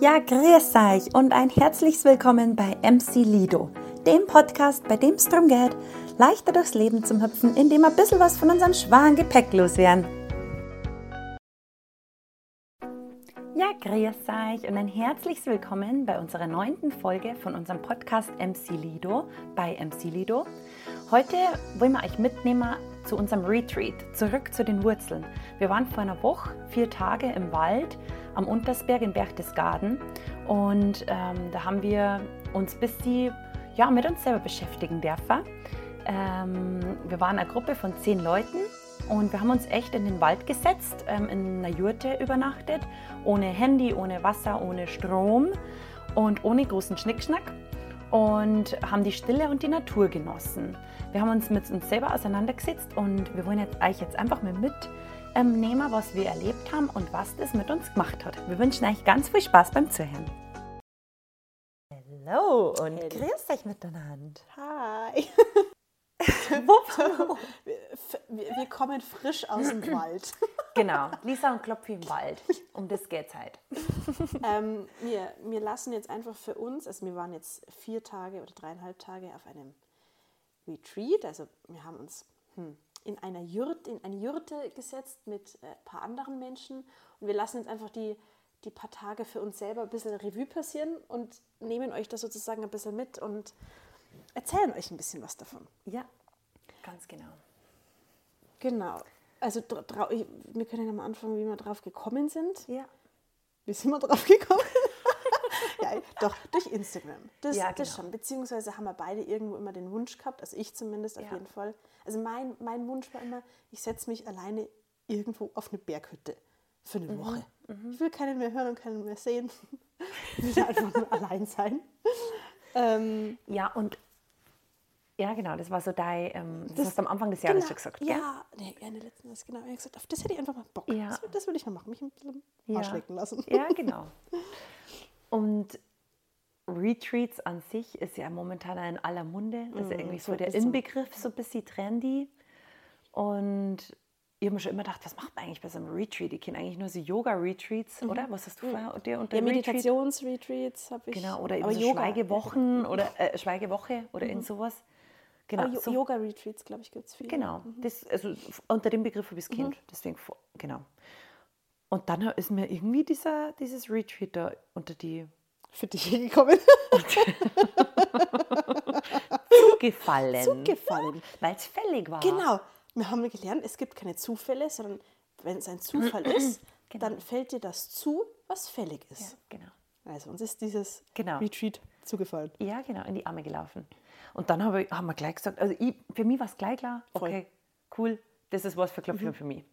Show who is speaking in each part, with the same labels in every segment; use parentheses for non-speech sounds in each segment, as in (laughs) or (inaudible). Speaker 1: Ja, grüß euch und ein herzliches Willkommen bei MC Lido, dem Podcast, bei dem es darum geht, leichter durchs Leben zu hüpfen, indem wir ein bisschen was von unserem schwachen Gepäck loswerden. Ja, grüß euch und ein herzliches Willkommen bei unserer neunten Folge von unserem Podcast MC Lido bei MC Lido. Heute wollen wir euch mitnehmen zu unserem Retreat, zurück zu den Wurzeln. Wir waren vor einer Woche vier Tage im Wald am Untersberg in Berchtesgaden und ähm, da haben wir uns bis die ja, mit uns selber beschäftigen dürfen. Ähm, wir waren eine Gruppe von zehn Leuten und wir haben uns echt in den Wald gesetzt, ähm, in einer Jurte übernachtet, ohne Handy, ohne Wasser, ohne Strom und ohne großen Schnickschnack und haben die Stille und die Natur genossen. Wir haben uns mit uns selber auseinandergesetzt und wir wollen jetzt euch jetzt einfach mal mitnehmen, was wir erlebt haben und was das mit uns gemacht hat. Wir wünschen euch ganz viel Spaß beim Zuhören. Hallo und
Speaker 2: Hallo.
Speaker 1: grüß euch miteinander.
Speaker 2: Hi.
Speaker 1: (laughs) Wupp.
Speaker 2: Wir, f- wir wir kommen frisch aus dem Wald.
Speaker 1: genau, Lisa und Klopfi im Wald. Um das geht's halt.
Speaker 2: Ähm, wir, wir lassen jetzt einfach für uns, also wir waren jetzt vier Tage oder dreieinhalb Tage auf einem Retreat. Also wir haben uns hm, in einer Jürte, in eine Jürte gesetzt mit äh, ein paar anderen Menschen und wir lassen jetzt einfach die, die paar Tage für uns selber ein bisschen Revue passieren und nehmen euch das sozusagen ein bisschen mit und erzählen euch ein bisschen was davon.
Speaker 1: Ja, ganz genau.
Speaker 2: Genau. Also dra- drau- ich- wir können ja mal anfangen, wie wir drauf gekommen sind.
Speaker 1: Ja.
Speaker 2: Wie sind wir drauf
Speaker 1: (laughs)
Speaker 2: gekommen? ja, doch, durch Instagram. Das,
Speaker 1: Ja,
Speaker 2: das
Speaker 1: genau.
Speaker 2: schon. Beziehungsweise haben wir beide irgendwo immer den Wunsch gehabt, also ich zumindest auf
Speaker 1: Ja.
Speaker 2: jeden Fall. Also mein, mein Wunsch war immer, ich setze mich alleine irgendwo auf eine Berghütte für
Speaker 1: Mhm,
Speaker 2: eine Woche. Ich will keinen mehr hören und keinen mehr sehen. Ich will einfach nur allein sein. Ähm,
Speaker 1: Ja, und ja, genau, das war so dein, ähm, das, hast du am Anfang des Jahres
Speaker 2: genau,
Speaker 1: schon gesagt, gell?
Speaker 2: ja, nee, ja, in der letzten Mal, genau. Ich hab gesagt, auf das hätte ich einfach mal Bock.
Speaker 1: Ja.
Speaker 2: Das, das würde ich mal machen, mich ein bisschen
Speaker 1: Ja.
Speaker 2: anschlecken lassen. (laughs)
Speaker 1: Ja, genau. Und Retreats an sich ist ja momentan in aller Munde. Das ist ja irgendwie Mhm, so
Speaker 2: so
Speaker 1: der
Speaker 2: ist so.
Speaker 1: Inbegriff, so ein bisschen trendy. Und ich habe mir schon immer gedacht, was macht man eigentlich bei so einem Retreat? Ich kenne eigentlich nur so Yoga-Retreats, oder? Was hast du vor dir unter
Speaker 2: Ja,
Speaker 1: Retreat?
Speaker 2: Meditationsretreats habe ich.
Speaker 1: Genau, oder eben
Speaker 2: aber
Speaker 1: so
Speaker 2: Yoga.
Speaker 1: Schweigewochen (laughs) oder äh, Schweigewoche oder irgend sowas. Genau,
Speaker 2: Aber Jo-
Speaker 1: so-
Speaker 2: Yoga-Retreats, glaube ich, gibt es viele.
Speaker 1: Genau, das, also f- unter dem Begriff habe ich es kennt. Deswegen, vo- genau. Und dann ist mir irgendwie dieser, dieses Retreat da unter (laughs) die
Speaker 2: Für dich hingekommen.
Speaker 1: gefallen.
Speaker 2: Zugefallen.
Speaker 1: Weil es fällig war.
Speaker 2: genau. (laughs) Wir haben gelernt, es gibt keine Zufälle, sondern wenn es
Speaker 1: (clears throat)
Speaker 2: ein Zufall ist,
Speaker 1: Genau.
Speaker 2: dann fällt dir das zu, was fällig
Speaker 1: Ja,
Speaker 2: ist.
Speaker 1: genau.
Speaker 2: Also uns ist dieses
Speaker 1: Genau.
Speaker 2: Retreat zugefallen.
Speaker 1: Ja, genau, in die Arme gelaufen. Und dann habe ich, haben wir gleich gesagt, also ich, für mich war es gleich klar,
Speaker 2: Voll. Mhm.
Speaker 1: okay, cool, das ist was für Klopfen für mich.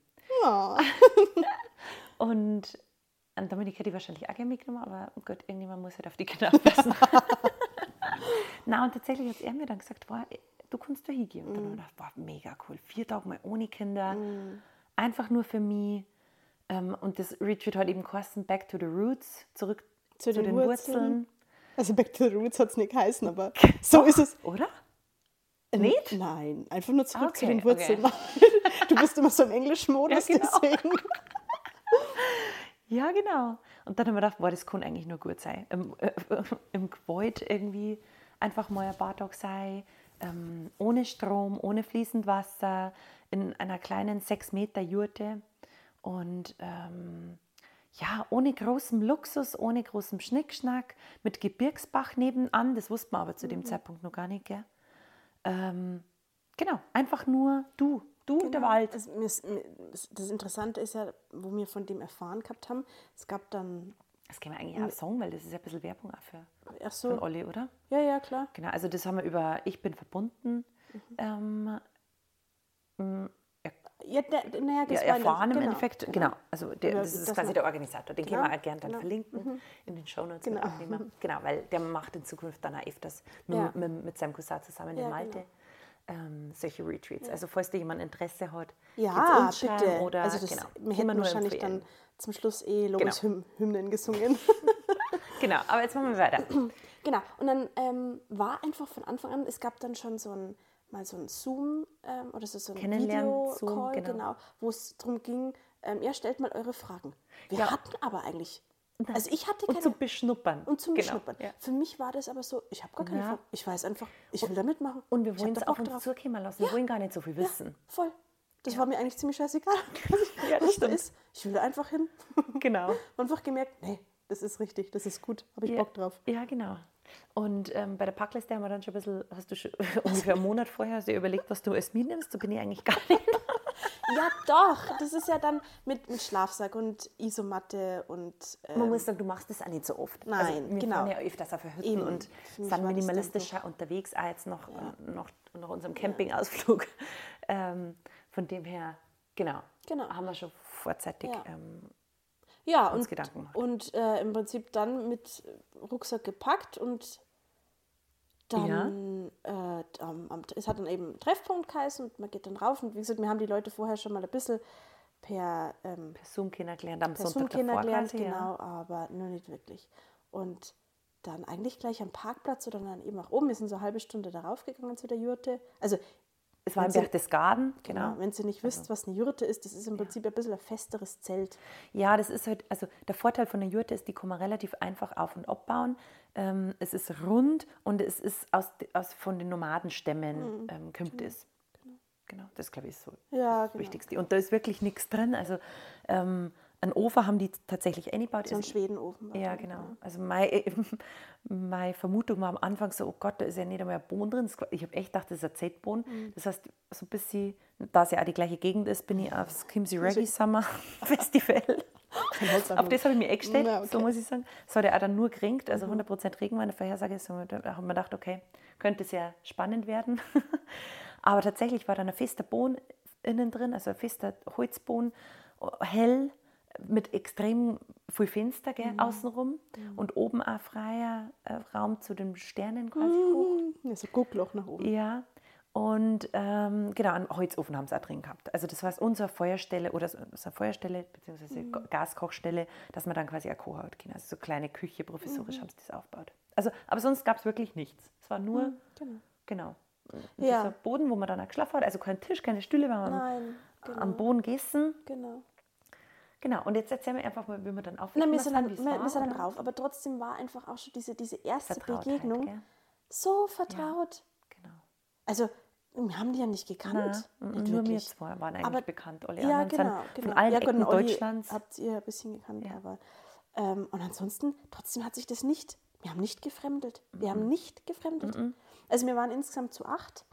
Speaker 1: (laughs) Und, und Dominik hätte ich wahrscheinlich auch gerne mitgenommen, aber Gott, irgendjemand muss halt auf die Kinder aufpassen. (laughs) Na, und tatsächlich hat er mir dann gesagt, boah, du kannst da hingehen. Und dann
Speaker 2: Mhm.
Speaker 1: habe ich gedacht, boah, mega cool. Vier Tage mal ohne Kinder, einfach nur für mich. Ähm, Und das Retreat hat eben Kosten Back to the Roots, zurück zu,
Speaker 2: Zu
Speaker 1: den,
Speaker 2: den
Speaker 1: Wurzeln.
Speaker 2: Also Back to the Roots hat es nicht geheißen,
Speaker 1: (laughs)
Speaker 2: aber so ist es.
Speaker 1: Oder?
Speaker 2: Ähm,
Speaker 1: Nicht?
Speaker 2: Nein, einfach nur zurück zu
Speaker 1: Okay,
Speaker 2: den Wurzeln. (laughs) Du bist immer so im
Speaker 1: (laughs)
Speaker 2: Englischmodus,
Speaker 1: Ja, genau.
Speaker 2: deswegen.
Speaker 1: Ja, genau. Und dann haben wir gedacht, boah, das kann eigentlich nur gut sein. Im, äh, (laughs) im Gewalt irgendwie einfach mal ein paar Tage sein, ähm, ohne Strom, ohne fließend Wasser, in einer kleinen 6 Meter Jurte und ähm, ja, ohne großem Luxus, ohne großem Schnickschnack, mit Gebirgsbach nebenan, das wusste man aber zu dem Zeitpunkt noch gar nicht, gell? Ähm, genau, einfach nur du, du und der Wald.
Speaker 2: Also, mir ist- mir- das Interessante ist ja, wo wir von dem erfahren gehabt haben, es gab dann,
Speaker 1: Das können wir eigentlich auch sagen, weil das ist ja ein bisschen Werbung auch für,
Speaker 2: ach
Speaker 1: für
Speaker 2: so,
Speaker 1: Olli, oder?
Speaker 2: ja, ja, klar.
Speaker 1: Genau, also das haben wir über Ich bin verbunden
Speaker 2: Mhm.
Speaker 1: ähm,
Speaker 2: Ja, der, naja,
Speaker 1: ja,
Speaker 2: das war
Speaker 1: erfahren im
Speaker 2: genau,
Speaker 1: Endeffekt. Genau, also der,
Speaker 2: Über-
Speaker 1: das ist
Speaker 2: dass
Speaker 1: quasi
Speaker 2: man-
Speaker 1: der Organisator, den können
Speaker 2: Genau,
Speaker 1: wir auch gerne dann
Speaker 2: genau.
Speaker 1: verlinken in den Shownotes. mit
Speaker 2: Genau.
Speaker 1: aufnehmen. genau, weil der macht in Zukunft dann auch öfters mit,
Speaker 2: Ja.
Speaker 1: mit, mit seinem Cousin zusammen in
Speaker 2: Ja, genau.
Speaker 1: Malte. Ähm, solche Retreats. Also falls da jemand Interesse hat,
Speaker 2: Ja,
Speaker 1: geht's uns
Speaker 2: bitte.
Speaker 1: schreiben oder
Speaker 2: also das,
Speaker 1: genau,
Speaker 2: wir
Speaker 1: können
Speaker 2: hätten
Speaker 1: nur
Speaker 2: wahrscheinlich
Speaker 1: empfehlen.
Speaker 2: dann zum Schluss eh Lobeshymnen gesungen. (laughs)
Speaker 1: Genau, aber jetzt machen wir weiter.
Speaker 2: genau. Und dann ähm, war einfach von Anfang an, es gab dann schon so ein, mal so ein Zoom ähm, oder so, so ein
Speaker 1: Kennenlernen, Zoom,
Speaker 2: Video-Call,
Speaker 1: genau.
Speaker 2: genau, wo es darum ging, ähm, ihr stellt mal eure Fragen. Wir
Speaker 1: Ja.
Speaker 2: hatten aber eigentlich (clears throat) Also ich hatte
Speaker 1: Und
Speaker 2: keine
Speaker 1: zum Beschnuppern.
Speaker 2: und zum
Speaker 1: Genau,
Speaker 2: Schnuppern.
Speaker 1: ja.
Speaker 2: Für mich war das aber so, ich habe gar keine
Speaker 1: Ja.
Speaker 2: Form. Ich weiß einfach, ich will da mitmachen.
Speaker 1: Und wir
Speaker 2: Ich
Speaker 1: wollen
Speaker 2: hab
Speaker 1: es
Speaker 2: da
Speaker 1: auf
Speaker 2: Bock
Speaker 1: uns zukommen lassen. Wir wollen gar nicht so viel wissen.
Speaker 2: Voll. Das war mir eigentlich ziemlich (laughs) scheißegal, was, ich,
Speaker 1: Ja, das
Speaker 2: was da
Speaker 1: stimmt.
Speaker 2: ist. Ich will da einfach hin. (laughs)
Speaker 1: Genau.
Speaker 2: Und einfach gemerkt, nee, das ist richtig, das ist gut, habe ich
Speaker 1: Ja.
Speaker 2: Bock drauf.
Speaker 1: Ja, genau. Und ähm, bei der Packliste haben wir dann schon ein bisschen, hast du schon (laughs) ungefähr einen Monat vorher dir überlegt, was du als mitnimmst? So bin ich eigentlich gar
Speaker 2: (laughs)
Speaker 1: nicht.
Speaker 2: Ja, doch. Das ist ja dann mit, mit Schlafsack und Isomatte und. Äh,
Speaker 1: Man muss sagen, du machst das auch nicht so oft.
Speaker 2: Nein,
Speaker 1: Also, wir
Speaker 2: genau.
Speaker 1: fahren ja öfters auf Hütten
Speaker 2: Eben.
Speaker 1: und
Speaker 2: Für mich war
Speaker 1: sind
Speaker 2: das
Speaker 1: minimalistischer unterwegs auch jetzt noch, äh, noch, noch unserem Campingausflug. (laughs) Ähm, von dem her, genau,
Speaker 2: Genau.
Speaker 1: haben wir schon vorzeitig.
Speaker 2: Ja.
Speaker 1: Ähm,
Speaker 2: ja,
Speaker 1: uns
Speaker 2: und,
Speaker 1: Gedanken gemacht.
Speaker 2: und äh, im Prinzip dann mit Rucksack gepackt und dann. Äh, am, am, es hat dann eben einen Treffpunkt geheißen und man geht dann rauf. Und wie gesagt, wir haben die Leute vorher schon mal ein bisschen per. Ähm,
Speaker 1: per Zoom kennengelernt am
Speaker 2: per Zoom
Speaker 1: Sonntag davor.
Speaker 2: kennengelernt,
Speaker 1: quasi, ja.
Speaker 2: genau, aber nur nicht wirklich. Und dann eigentlich gleich am Parkplatz oder dann eben auch oben. Wir sind so eine halbe Stunde darauf gegangen zu der Jurte. Also,
Speaker 1: Es war im
Speaker 2: Also-
Speaker 1: Berchtesgaden, genau.
Speaker 2: wenn Sie nicht wisst, was eine Jurte ist, das ist im Prinzip ein bisschen ein festeres Zelt.
Speaker 1: Ja, das ist halt, also der Vorteil von der Jurte ist, die kann man relativ einfach auf- und abbauen. Ähm, es ist rund und es ist aus, aus, von den Nomadenstämmen ähm, kommt es. Genau, das glaube ich ist so
Speaker 2: Mhm. Ja,
Speaker 1: das
Speaker 2: genau.
Speaker 1: Wichtigste. Und da ist wirklich nichts drin. Also ähm, ein Ofen haben die tatsächlich eingebaut.
Speaker 2: So ein
Speaker 1: Ist-
Speaker 2: Schwedenofen. war
Speaker 1: ja,
Speaker 2: das.
Speaker 1: genau. Also meine, (laughs) meine Vermutung war am Anfang so, oh Gott, da ist ja nicht einmal ein Boden drin. Das- Ich habe echt gedacht, das ist ein Zeltboden. Das heißt, so ein bisschen, da es ja auch die gleiche Gegend ist, bin ich aufs Kimsey Reggae Summer (laughs) Festival. Auf das habe ich mir echt gestellt,
Speaker 2: Na, okay.
Speaker 1: so muss ich sagen. Es hat ja auch dann nur geringt, also 100% Regen war eine Vorhersage. So, da haben wir gedacht, okay, könnte sehr spannend werden. (laughs) Aber tatsächlich war da ein fester Boden innen drin, also ein fester Holzboden, hell, mit extrem viel Fenster gell, außenrum und oben auch freier äh, Raum zu den Sternen quasi hoch.
Speaker 2: Ja, so Mhm. Also, Guckloch nach oben.
Speaker 1: Ja. Und ähm, genau, einen Holzofen haben sie auch drin gehabt. Also das war unsere Feuerstelle oder so so eine Feuerstelle bzw.
Speaker 2: Mhm.
Speaker 1: Gaskochstelle, dass man dann quasi auch kochen hat können. Also so kleine Küche,
Speaker 2: Mhm.
Speaker 1: provisorisch haben sie das aufgebaut. Also, aber sonst gab es wirklich nichts. Es war nur,
Speaker 2: genau.
Speaker 1: genau,
Speaker 2: Ja.
Speaker 1: dieser Boden, wo man dann auch geschlafen hat. Also kein Tisch, keine Stühle, weil man
Speaker 2: Nein, genau.
Speaker 1: am Boden gegessen.
Speaker 2: genau.
Speaker 1: Genau, und jetzt erzähl mir einfach mal, wie wir dann auf
Speaker 2: Na, wir sind dann, wir, wir sind dann rauf, aber trotzdem war einfach auch schon diese, diese erste
Speaker 1: Vertrautheit,
Speaker 2: Begegnung
Speaker 1: gell?
Speaker 2: so vertraut.
Speaker 1: Genau.
Speaker 2: Also, wir haben die ja nicht gekannt.
Speaker 1: Na,
Speaker 2: nicht
Speaker 1: mm, nur wir
Speaker 2: wirklich.
Speaker 1: zwei waren eigentlich
Speaker 2: Aber-
Speaker 1: bekannt. Alle
Speaker 2: ja,
Speaker 1: anderen
Speaker 2: genau,
Speaker 1: sind
Speaker 2: genau.
Speaker 1: von allen
Speaker 2: ja, gut,
Speaker 1: Ecken
Speaker 2: und Olli
Speaker 1: Deutschlands.
Speaker 2: Habt ihr ein bisschen gekannt,
Speaker 1: Ja.
Speaker 2: aber. Ähm, und ansonsten, trotzdem hat sich das nicht. Wir haben nicht gefremdelt. Wir haben nicht gefremdelt. Also, wir waren insgesamt zu acht.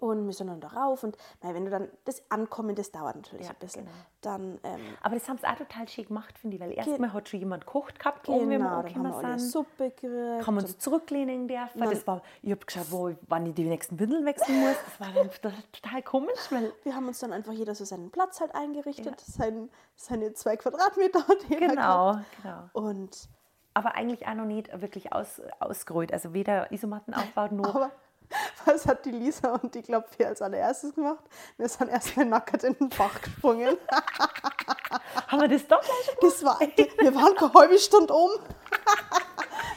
Speaker 2: Und wir sind dann da rauf. Und mei, wenn du dann das Ankommen, das dauert natürlich
Speaker 1: Ja,
Speaker 2: ein bisschen.
Speaker 1: genau.
Speaker 2: Dann ähm,
Speaker 1: Aber das haben sie auch total schick gemacht, finde ich, weil
Speaker 2: Ge-
Speaker 1: erstmal hat schon jemand gekocht gehabt, um oben, wenn wir
Speaker 2: genau, dann haben
Speaker 1: angekommen
Speaker 2: wir alle eine
Speaker 1: sind.
Speaker 2: Suppe gekriegt.
Speaker 1: haben uns zurücklehnen dürfen.
Speaker 2: Nein.
Speaker 1: Das war, ich habe geschaut, wo, wann ich die nächsten Windeln wechseln muss. Das war dann (laughs) total- total komisch, weil
Speaker 2: Wir haben uns dann einfach jeder so seinen Platz halt eingerichtet, seinen, seine zwei Quadratmeter. die er
Speaker 1: genau,
Speaker 2: gehabt.
Speaker 1: genau.
Speaker 2: Und
Speaker 1: Aber eigentlich auch noch nicht wirklich aus, ausgerollt. Also weder (laughs) Isomatten aufgebaut, noch
Speaker 2: Aber (laughs) was hat die Lisa und die Klopfi als allererstes gemacht? Wir sind erstmal nackert in den Bach gesprungen.
Speaker 1: (laughs) haben wir das doch gleich schon
Speaker 2: Das war, wir waren keine halbe Stunde oben.
Speaker 1: (laughs)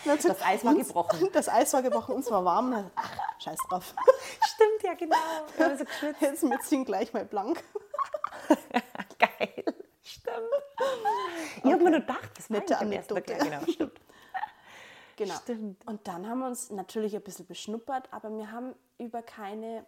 Speaker 1: Das Eis war gebrochen.
Speaker 2: (laughs) Das Eis war gebrochen, uns war warm. Und Ach, scheiß drauf.
Speaker 1: Stimmt, ja genau. Wir haben so geschwitzt. (laughs)
Speaker 2: Jetzt wir ziehen gleich mal blank.
Speaker 1: Geil. Stimmt. Ich habe mir nur gedacht, das war
Speaker 2: Nette
Speaker 1: eigentlich im ersten Mal-
Speaker 2: Anekdote.
Speaker 1: Ja, genau, stimmt.
Speaker 2: Genau.
Speaker 1: Stimmt.
Speaker 2: Und dann haben wir uns natürlich ein bisschen beschnuppert, aber wir haben über keine,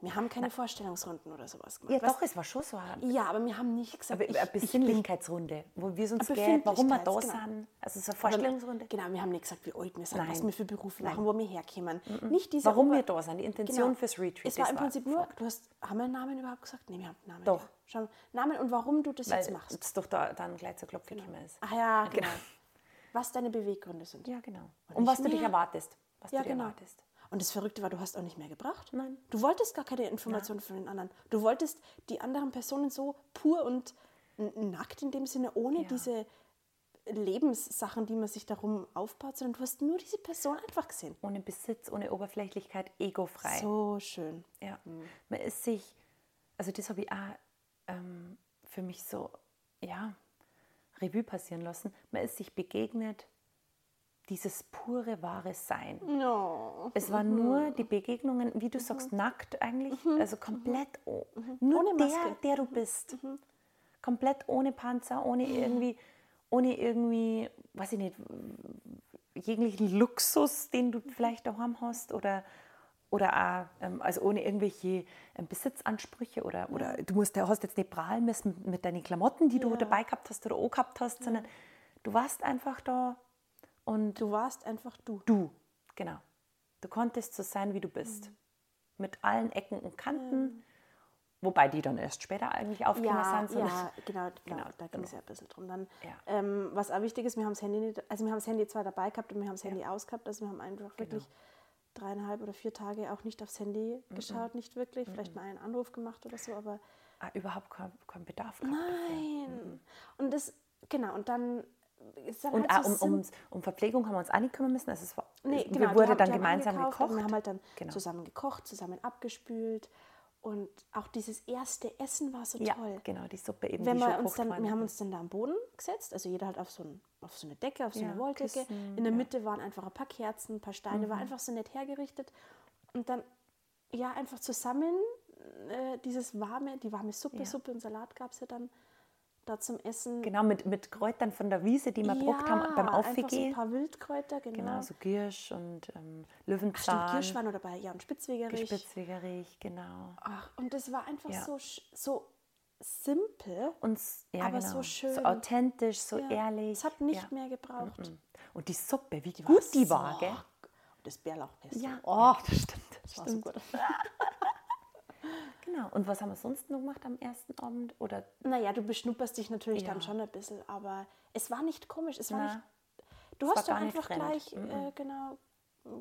Speaker 2: wir haben keine Vorstellungsrunden oder sowas gemacht.
Speaker 1: Ja,
Speaker 2: Was-
Speaker 1: doch, es war schon so ein
Speaker 2: ja aber wir haben nicht gesagt,
Speaker 1: Aber eine Besinnlichkeitsrunde, wo wir uns gehen, warum wir da
Speaker 2: Befindlichkeits- genau.
Speaker 1: sind. Also so eine
Speaker 2: Aber-
Speaker 1: Vorstellungsrunde.
Speaker 2: Genau, wir haben nicht gesagt, wie alt wir sind,
Speaker 1: Nein.
Speaker 2: was wir für Berufe machen, wo wir herkämen. Nicht diese
Speaker 1: Warum
Speaker 2: Ober- Genau.
Speaker 1: wir da sind, die Intention fürs Retreat.
Speaker 2: Es war
Speaker 1: das
Speaker 2: im Prinzip nur, du hast, haben wir einen Namen überhaupt gesagt? Nee, wir haben einen Namen.
Speaker 1: Doch.
Speaker 2: Ja. Schon, Namen und warum du das jetzt
Speaker 1: weil
Speaker 2: machst.
Speaker 1: es Äh, doch da dann gleich zur Klopfe gekommen ist.
Speaker 2: Ach ja, genau.
Speaker 1: (laughs) Genau.
Speaker 2: Was deine Beweggründe sind.
Speaker 1: Ja, genau. Und,
Speaker 2: nicht
Speaker 1: was du dich
Speaker 2: mehr.
Speaker 1: erwartest. Was
Speaker 2: Ja,
Speaker 1: du dir
Speaker 2: genau.
Speaker 1: erwartest.
Speaker 2: Und das Verrückte war, du hast auch nicht mehr gebracht.
Speaker 1: Nein.
Speaker 2: Du wolltest gar keine Informationen von den anderen. Du wolltest die anderen Personen so pur und n- nackt in dem Sinne, ohne
Speaker 1: Ja.
Speaker 2: diese Lebenssachen, die man sich darum aufbaut, sondern du hast nur diese Person einfach gesehen.
Speaker 1: Ohne Besitz, ohne Oberflächlichkeit, egofrei.
Speaker 2: So schön.
Speaker 1: Ja. Man ist sich, also das habe ich auch ähm, für mich so, ja, Revue passieren lassen. Man ist sich begegnet, dieses pure, wahre Sein.
Speaker 2: No.
Speaker 1: Es waren nur die Begegnungen, wie
Speaker 2: Mhm.
Speaker 1: du sagst, nackt eigentlich, also komplett o- nur
Speaker 2: Ohne
Speaker 1: der,
Speaker 2: Maske. Mhm.
Speaker 1: der du bist. Komplett ohne Panzer, ohne irgendwie, ohne irgendwie, weiß ich nicht, jeglichen Luxus, den
Speaker 2: Mhm.
Speaker 1: du vielleicht daheim hast oder oder auch, ähm, also ohne irgendwelche ähm, Besitzansprüche oder, oder du musst, hast jetzt nicht prahlen müssen mit, mit deinen Klamotten, die du
Speaker 2: Mhm. Ja.
Speaker 1: dabei gehabt hast oder auch gehabt hast, sondern du warst einfach da und
Speaker 2: Du warst einfach du.
Speaker 1: du, genau. Du konntest so sein, wie du bist.
Speaker 2: Mhm.
Speaker 1: Mit allen Ecken und Kanten, wobei die dann erst später eigentlich aufgekommen
Speaker 2: Ja,
Speaker 1: sind. sondern-
Speaker 2: ja, (laughs) genau, genau,
Speaker 1: Genau,
Speaker 2: da ging es ja ein bisschen drum. Dann,
Speaker 1: Ja.
Speaker 2: ähm, was auch wichtig ist, wir haben das Handy nicht, also wir haben das Handy zwar dabei gehabt und wir haben das Handy ausgehabt, also wir haben einfach
Speaker 1: Genau.
Speaker 2: wirklich dreieinhalb oder vier Tage auch nicht aufs Handy geschaut, nicht wirklich, vielleicht mal einen Anruf gemacht oder so, aber
Speaker 1: Ah, überhaupt kein, kein Bedarf gehabt.
Speaker 2: nein. Und das, genau, und dann ist dann
Speaker 1: Und
Speaker 2: halt
Speaker 1: auch
Speaker 2: so
Speaker 1: um,
Speaker 2: sim-
Speaker 1: um, um Verpflegung haben wir uns auch nicht kümmern müssen. Also es war,
Speaker 2: Nee,
Speaker 1: es-
Speaker 2: genau,
Speaker 1: wir
Speaker 2: die
Speaker 1: wurde
Speaker 2: haben-
Speaker 1: dann
Speaker 2: die haben
Speaker 1: gemeinsam
Speaker 2: eingekauft und
Speaker 1: gekocht.
Speaker 2: Wir haben halt dann
Speaker 1: Genau.
Speaker 2: zusammen gekocht, zusammen abgespült und auch dieses erste Essen war so
Speaker 1: ja,
Speaker 2: toll.
Speaker 1: genau, die Suppe eben.
Speaker 2: Wenn
Speaker 1: die
Speaker 2: wir
Speaker 1: schon
Speaker 2: uns
Speaker 1: gekocht
Speaker 2: dann,
Speaker 1: worden
Speaker 2: wir haben
Speaker 1: ist.
Speaker 2: uns dann da am Boden gesetzt, also jeder halt auf so, ein, auf so eine Decke, auf so
Speaker 1: Ja, Mhm.
Speaker 2: eine Wolldecke.
Speaker 1: Kissen,
Speaker 2: In der Mitte waren einfach ein paar Kerzen, ein paar Steine, war einfach so nett hergerichtet. Und dann, ja, einfach zusammen äh, dieses warme, die warme Suppe,
Speaker 1: Ja.
Speaker 2: Suppe und Salat gab es ja dann da zum Essen.
Speaker 1: Genau, mit, mit Kräutern von der Wiese, die wir gebraucht haben beim
Speaker 2: einfach so ein
Speaker 1: Aufgehen.
Speaker 2: paar Wildkräuter, genau.
Speaker 1: genau, so Giersch und ähm,
Speaker 2: Stimmt,
Speaker 1: Löwenzahn,
Speaker 2: Kirsch war noch dabei, ja, und Spitzwegerich.
Speaker 1: Spitzwegerich, genau.
Speaker 2: Ach, und das war einfach
Speaker 1: Ja.
Speaker 2: so, sch- so simpel.
Speaker 1: Und s- ja,
Speaker 2: Aber
Speaker 1: genau.
Speaker 2: so schön.
Speaker 1: authentisch, so
Speaker 2: Ja,
Speaker 1: ehrlich.
Speaker 2: Es hat nicht
Speaker 1: ja. Mm.
Speaker 2: mehr gebraucht.
Speaker 1: Und die Suppe, wie gut die war,
Speaker 2: so-
Speaker 1: gell?
Speaker 2: Das Bärlauchpesto.
Speaker 1: Ja,
Speaker 2: oh,
Speaker 1: ja, das stimmt. Das
Speaker 2: das war
Speaker 1: stimmt.
Speaker 2: so gut.
Speaker 1: Genau. Und was haben wir sonst noch gemacht am ersten Abend? Oder
Speaker 2: Naja, du beschnupperst dich natürlich dann
Speaker 1: Ja.
Speaker 2: schon ein bisschen, aber es war nicht komisch. Es war
Speaker 1: Na,
Speaker 2: nicht, du
Speaker 1: war
Speaker 2: hast
Speaker 1: gar
Speaker 2: dann
Speaker 1: nicht
Speaker 2: einfach
Speaker 1: fremd. Mhm.
Speaker 2: gleich äh, genau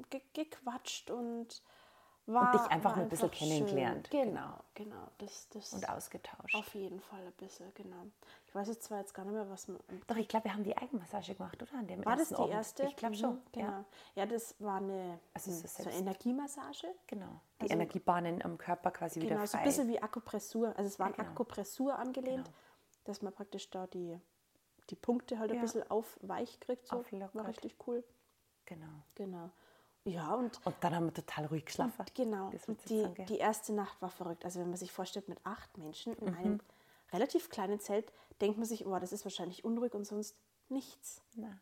Speaker 2: ge gequatscht und war
Speaker 1: dich einfach
Speaker 2: war
Speaker 1: nur ein bisschen
Speaker 2: schön.
Speaker 1: kennengelernt.
Speaker 2: Genau, genau. Das, das
Speaker 1: und ausgetauscht?
Speaker 2: auf jeden Fall ein bisschen, genau. Ich weiß jetzt zwar jetzt gar nicht mehr, was man
Speaker 1: Doch, ich glaube, wir haben die Eigenmassage gemacht, oder? An dem
Speaker 2: War das
Speaker 1: ersten
Speaker 2: die
Speaker 1: Abend.
Speaker 2: erste?
Speaker 1: Ich glaube
Speaker 2: Mhm,
Speaker 1: schon.
Speaker 2: Genau.
Speaker 1: Ja,
Speaker 2: Ja. das war eine
Speaker 1: Also
Speaker 2: hm,
Speaker 1: so
Speaker 2: so
Speaker 1: selbst-
Speaker 2: Energiemassage.
Speaker 1: genau. Die Energiebahnen am Körper quasi
Speaker 2: Also Genau,
Speaker 1: wieder
Speaker 2: so ein
Speaker 1: frei.
Speaker 2: bisschen wie Akupressur. Also es war an
Speaker 1: genau.
Speaker 2: Akupressur angelehnt, dass man praktisch da die, die Punkte halt ein
Speaker 1: Ja.
Speaker 2: bisschen aufweich kriegt. So.
Speaker 1: Auflockert.
Speaker 2: War richtig cool.
Speaker 1: genau.
Speaker 2: Genau. Ja, und
Speaker 1: Und dann haben wir total ruhig geschlafen.
Speaker 2: genau,
Speaker 1: Das
Speaker 2: und
Speaker 1: wird's jetzt
Speaker 2: die,
Speaker 1: sagen, gell?
Speaker 2: die erste Nacht war verrückt. Also wenn man sich vorstellt, mit acht Menschen in
Speaker 1: Mhm.
Speaker 2: einem relativ kleinen Zelt, denkt man sich, oh, das ist wahrscheinlich unruhig und sonst nichts.
Speaker 1: Na.